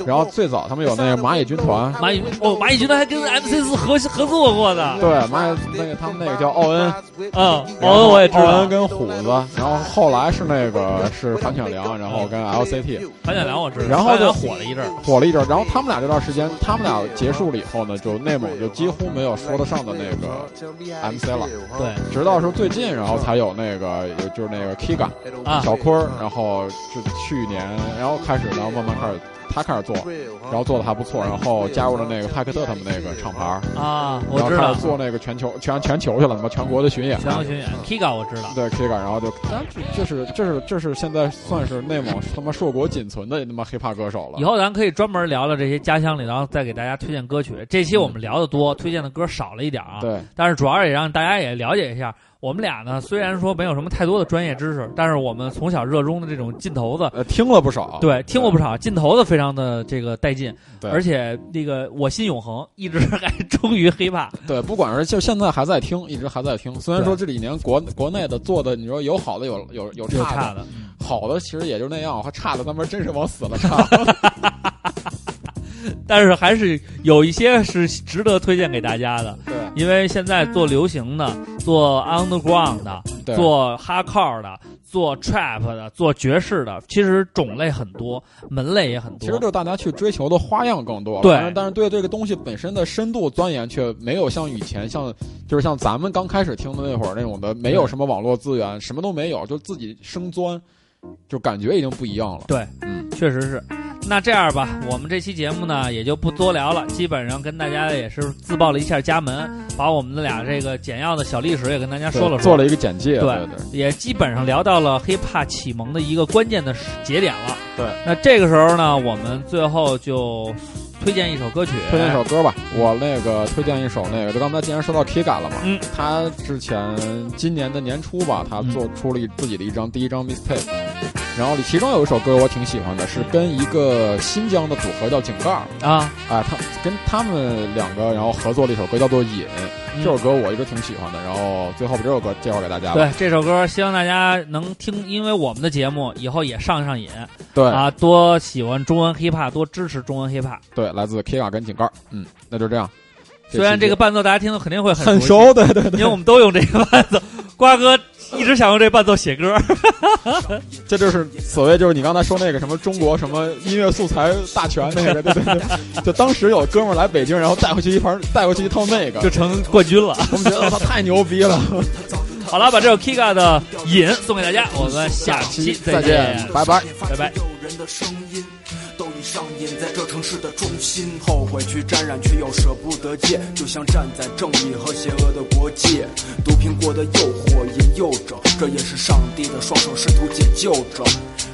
S4: 然后最早他们有那个蚂蚁军团，
S3: 蚂蚁哦，蚂蚁军团还跟 MC 四合合作过呢。
S4: 对，蚂蚁那个他们那个叫奥恩，
S3: 嗯， 哦，我也知
S4: 奥
S3: 道
S4: 恩。跟虎子，然后后来是那个是反挑梁，然后跟 LCT
S3: 樊建良我知道，
S4: 然后
S3: 樊建良
S4: 就
S3: 火了一阵儿。
S4: 火了一阵儿，然后他们俩这段时间，他们俩结束了以后呢，就内蒙就几乎没有说得上的那个 MC 了，
S3: 对，
S4: 直到是最近，然后才有那个有就是那个 Kiga，
S3: 啊
S4: 小坤儿，然后是去年，然后开始，然后慢慢开始他开始做，然后做的还不错，然后加入了那个派克特他们那个厂牌儿，
S3: 啊，我
S4: 然后
S3: 知
S4: 开
S3: 道
S4: 始，做那个全球全全球去了，什么全国的巡演。
S3: 全国巡演，Kiga 我知道。
S4: 对 Kiga，然后就，但是这是这是这是现在算是内蒙他妈硕果仅存的他妈 hiphop 歌手了。
S3: 以后咱可以专门聊聊这些家乡里，然后再给大家推荐歌曲。这期我们聊的多，推荐的歌少了一点啊。
S4: 嗯对，
S3: 但是主要也让大家也了解一下，我们俩呢虽然说没有什么太多的专业知识，但是我们从小热衷的这种劲头子，
S4: 呃，听了不少，
S3: 对，听过不少劲头子，非常的这个带劲，
S4: 对
S3: 而且那个我心永恒，一直还 忠于 hiphop
S4: 对，不管是就现在还在听，一直还在听。虽然说这几年国国内的做的，你说有好的，有有有
S3: 就
S4: 差
S3: 差的。
S4: 好的其实也就那样，还差的他妈真是往死 了差。
S3: 但是还是有一些是值得推荐给大家的，
S4: 对
S3: 因为现在做流行的、做 underground 的、
S4: 对
S3: 做 hardcore 的、做 trap 的、做爵士的，其实种类很多，门类也很
S4: 其实
S3: 多。
S4: 就是大家去追求的花样更多了，
S3: 对
S4: 但是但是对这个东西本身的深度钻研却没有像以前像就是像咱们刚开始听的那会儿那种的，没有什么网络资源，什么都没有，就自己生钻，就感觉已经不一样了。
S3: 对，
S4: 嗯，
S3: 确实是。那这样吧，我们这期节目呢也就不多聊了，基本上跟大家也是自报了一下家门，把我们的俩这个简要的小历史也跟大家说了说，
S4: 做了一个简介，
S3: 对
S4: 对对
S3: 也基本上聊到了 hiphop 启蒙的一个关键的时节点了。
S4: 对，
S3: 那这个时候呢，我们最后就推荐一首歌曲，
S4: 推荐一首歌吧，我那个推荐一首那个，就刚才既然说到 Kiga 了嘛，
S3: 嗯，
S4: 他之前今年的年初吧，他做出了一自己的一张第一张 mistake，然后里其中有一首歌我挺喜欢的，是跟一个新疆的组合叫井盖儿，
S3: 啊，
S4: 啊，他跟他们两个然后合作了一首歌叫做《瘾》，
S3: 嗯
S4: 这首歌我一直挺喜欢的。然后最后把这首歌介绍给大家吧。
S3: 对这首歌，希望大家能听，因为我们的节目以后也上上瘾
S4: 对
S3: 啊，多喜欢中文 hiphop，多支持中文 hiphop。
S4: 对，来自 Kira 跟井盖儿，嗯，那就这样。
S3: 虽然
S4: 这
S3: 这
S4: 期
S3: 个
S4: 节
S3: 伴奏大家听的肯定会很
S4: 很
S3: 熟悉，
S4: 熟，对对
S3: 因
S4: 对，
S3: 为我们都用这个伴 奏。瓜哥一直想用这伴奏写歌，
S4: 这就是所谓就是你刚才说那个什么中国什么音乐素材大全那个，对对对，就当时有哥们儿来北京，然后带回去一盘，带回去一套那个
S3: 就，成冠军了。
S4: 我们觉得他太牛逼了。
S3: 好了，把这首 Kika 的瘾送给大家，我们下期
S4: 再见拜拜
S3: 拜拜
S9: 有人的声音都已上瘾，在这城市的中心，后悔去沾染，却又舍不得戒，就像站在正义和邪恶的国界，毒品过的诱惑引诱着，这也是上帝的双手试图解救着。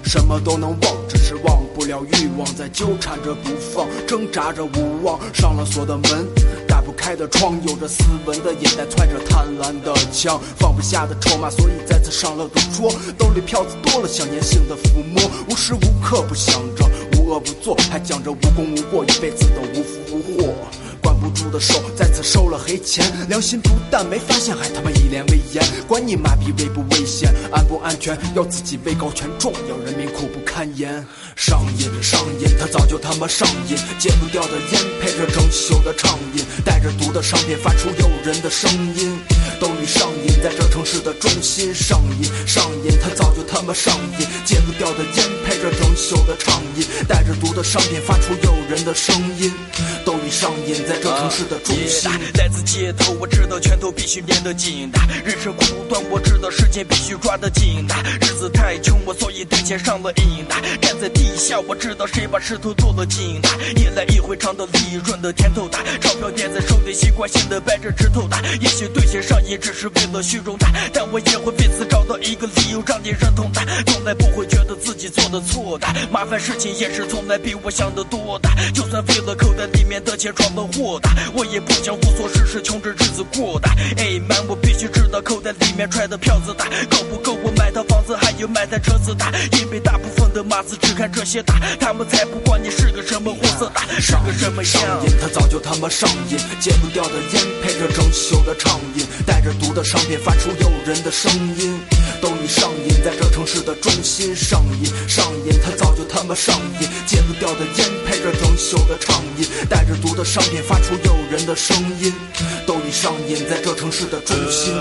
S9: 什么都能忘，只是忘不了欲望，在纠缠着不放，挣扎着无望，上了锁的门，打不开的窗，有着斯文的眼袋，揣着贪婪的枪，放不下的筹码，所以再次上了赌桌，兜里票子多了，想念性的抚摸，无时无刻不想着无恶不作，还讲着无功无过，一辈子的无福无祸。管不住的手再次收了黑钱，良心不但没发现，还他妈一脸威严。管你麻痹危不危险，安不安全，要自己位高权重，要人民苦不堪言。上瘾上瘾，他早就他妈上瘾，戒不掉的烟配着整宿的畅饮，带着毒的商品发出诱人的声音。都已上瘾，在这城市的中心上瘾上瘾，他早就他妈上瘾，戒不掉的烟配着整宿的畅饮，带着毒的商品发出诱人的声音。都已上瘾，在这城市的中心。
S7: 来自街头，我知道拳头必须练得紧打，人生苦短，我知道时间必须抓得紧呐。日子太穷，我所以对钱上了瘾呐。站在地下，我知道谁把石头落了井呐。一来一回尝到利润的甜头大，钞票垫在手里，习惯性的掰着指头打。也许对钱上瘾只是为了虚荣大，但我也会为此找到一个理由让你认同他。从来不会觉得自己做的错的，麻烦事情也是从来比我想的多的。就算为了口袋里面的钱闯了祸的，我也不想无所事事，穷着日子过的。哎，man，我必须知道口袋里面揣的票子大，够不够我买套房子，还有买台车子大。因为大部分的马子只看这些大，他们才不管你是个什么货色大，是个什么
S9: 上
S7: 样
S9: 瘾。，他早就他妈上瘾，戒不掉的烟配着整宿的畅饮，带着毒的商品发出诱人的声音。都已上瘾，在这城市的中心上瘾上瘾，他早就他妈上瘾，戒不掉的烟配着整宿的畅饮，带着毒的商品发出诱人的声音。都已上瘾，在这城市的中心。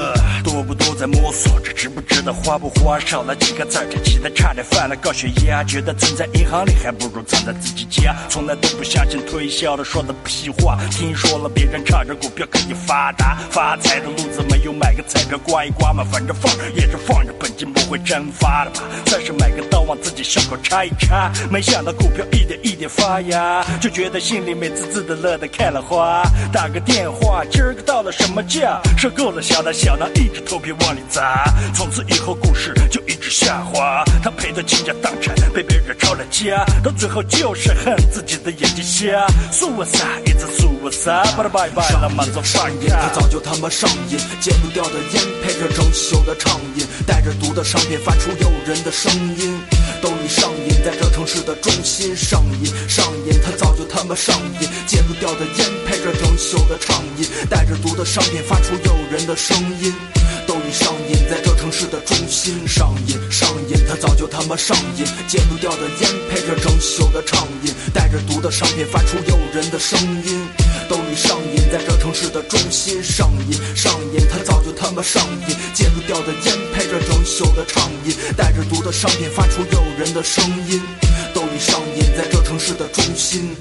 S7: 多不多在摸索着，值不值得，花不花，少了几个字儿，这急得差点犯了高血压。觉得存在银行里还不如存在自己家，从来都不相信推销的说的屁话。听说了别人唱着股票可以发达，发财的路子没有买个彩票刮一刮嘛，反正放着也是放着，本金不会蒸发的嘛。算是买个刀往自己胸口插一插，没想到股票一点一点发芽，就觉得心里美滋滋的，乐得开了花。打个电话，今儿个到了什么价？受够了小打小闹，硬着头皮往里砸。从此以后股市就一直下滑，他赔得倾家荡产，被别人抄了家，到最后就是恨自己的眼睛瞎。Suicide is a suicide，把他拜拜了，满足放
S9: 上瘾，他。
S7: 假
S9: 早就他妈上瘾，戒不掉的烟配着整宿的畅饮，带着毒的商品发出诱人的声音。都已上瘾，在这城市的中心上瘾上瘾，他早就他妈上瘾，戒不掉的烟配着整宿的畅饮，带着毒的商品发出诱人的声音。都已上瘾，在这城市的中心上瘾上瘾，他早就他妈上瘾，戒不掉的烟配着整宿的畅饮，带着毒的商品发出诱人的声音。都已上瘾，在这城市的中心上瘾上瘾，他早就他妈上瘾，戒不掉的烟配着整宿的畅饮，带着毒的商品发出诱人的声音。都已上瘾，在这城市的中心。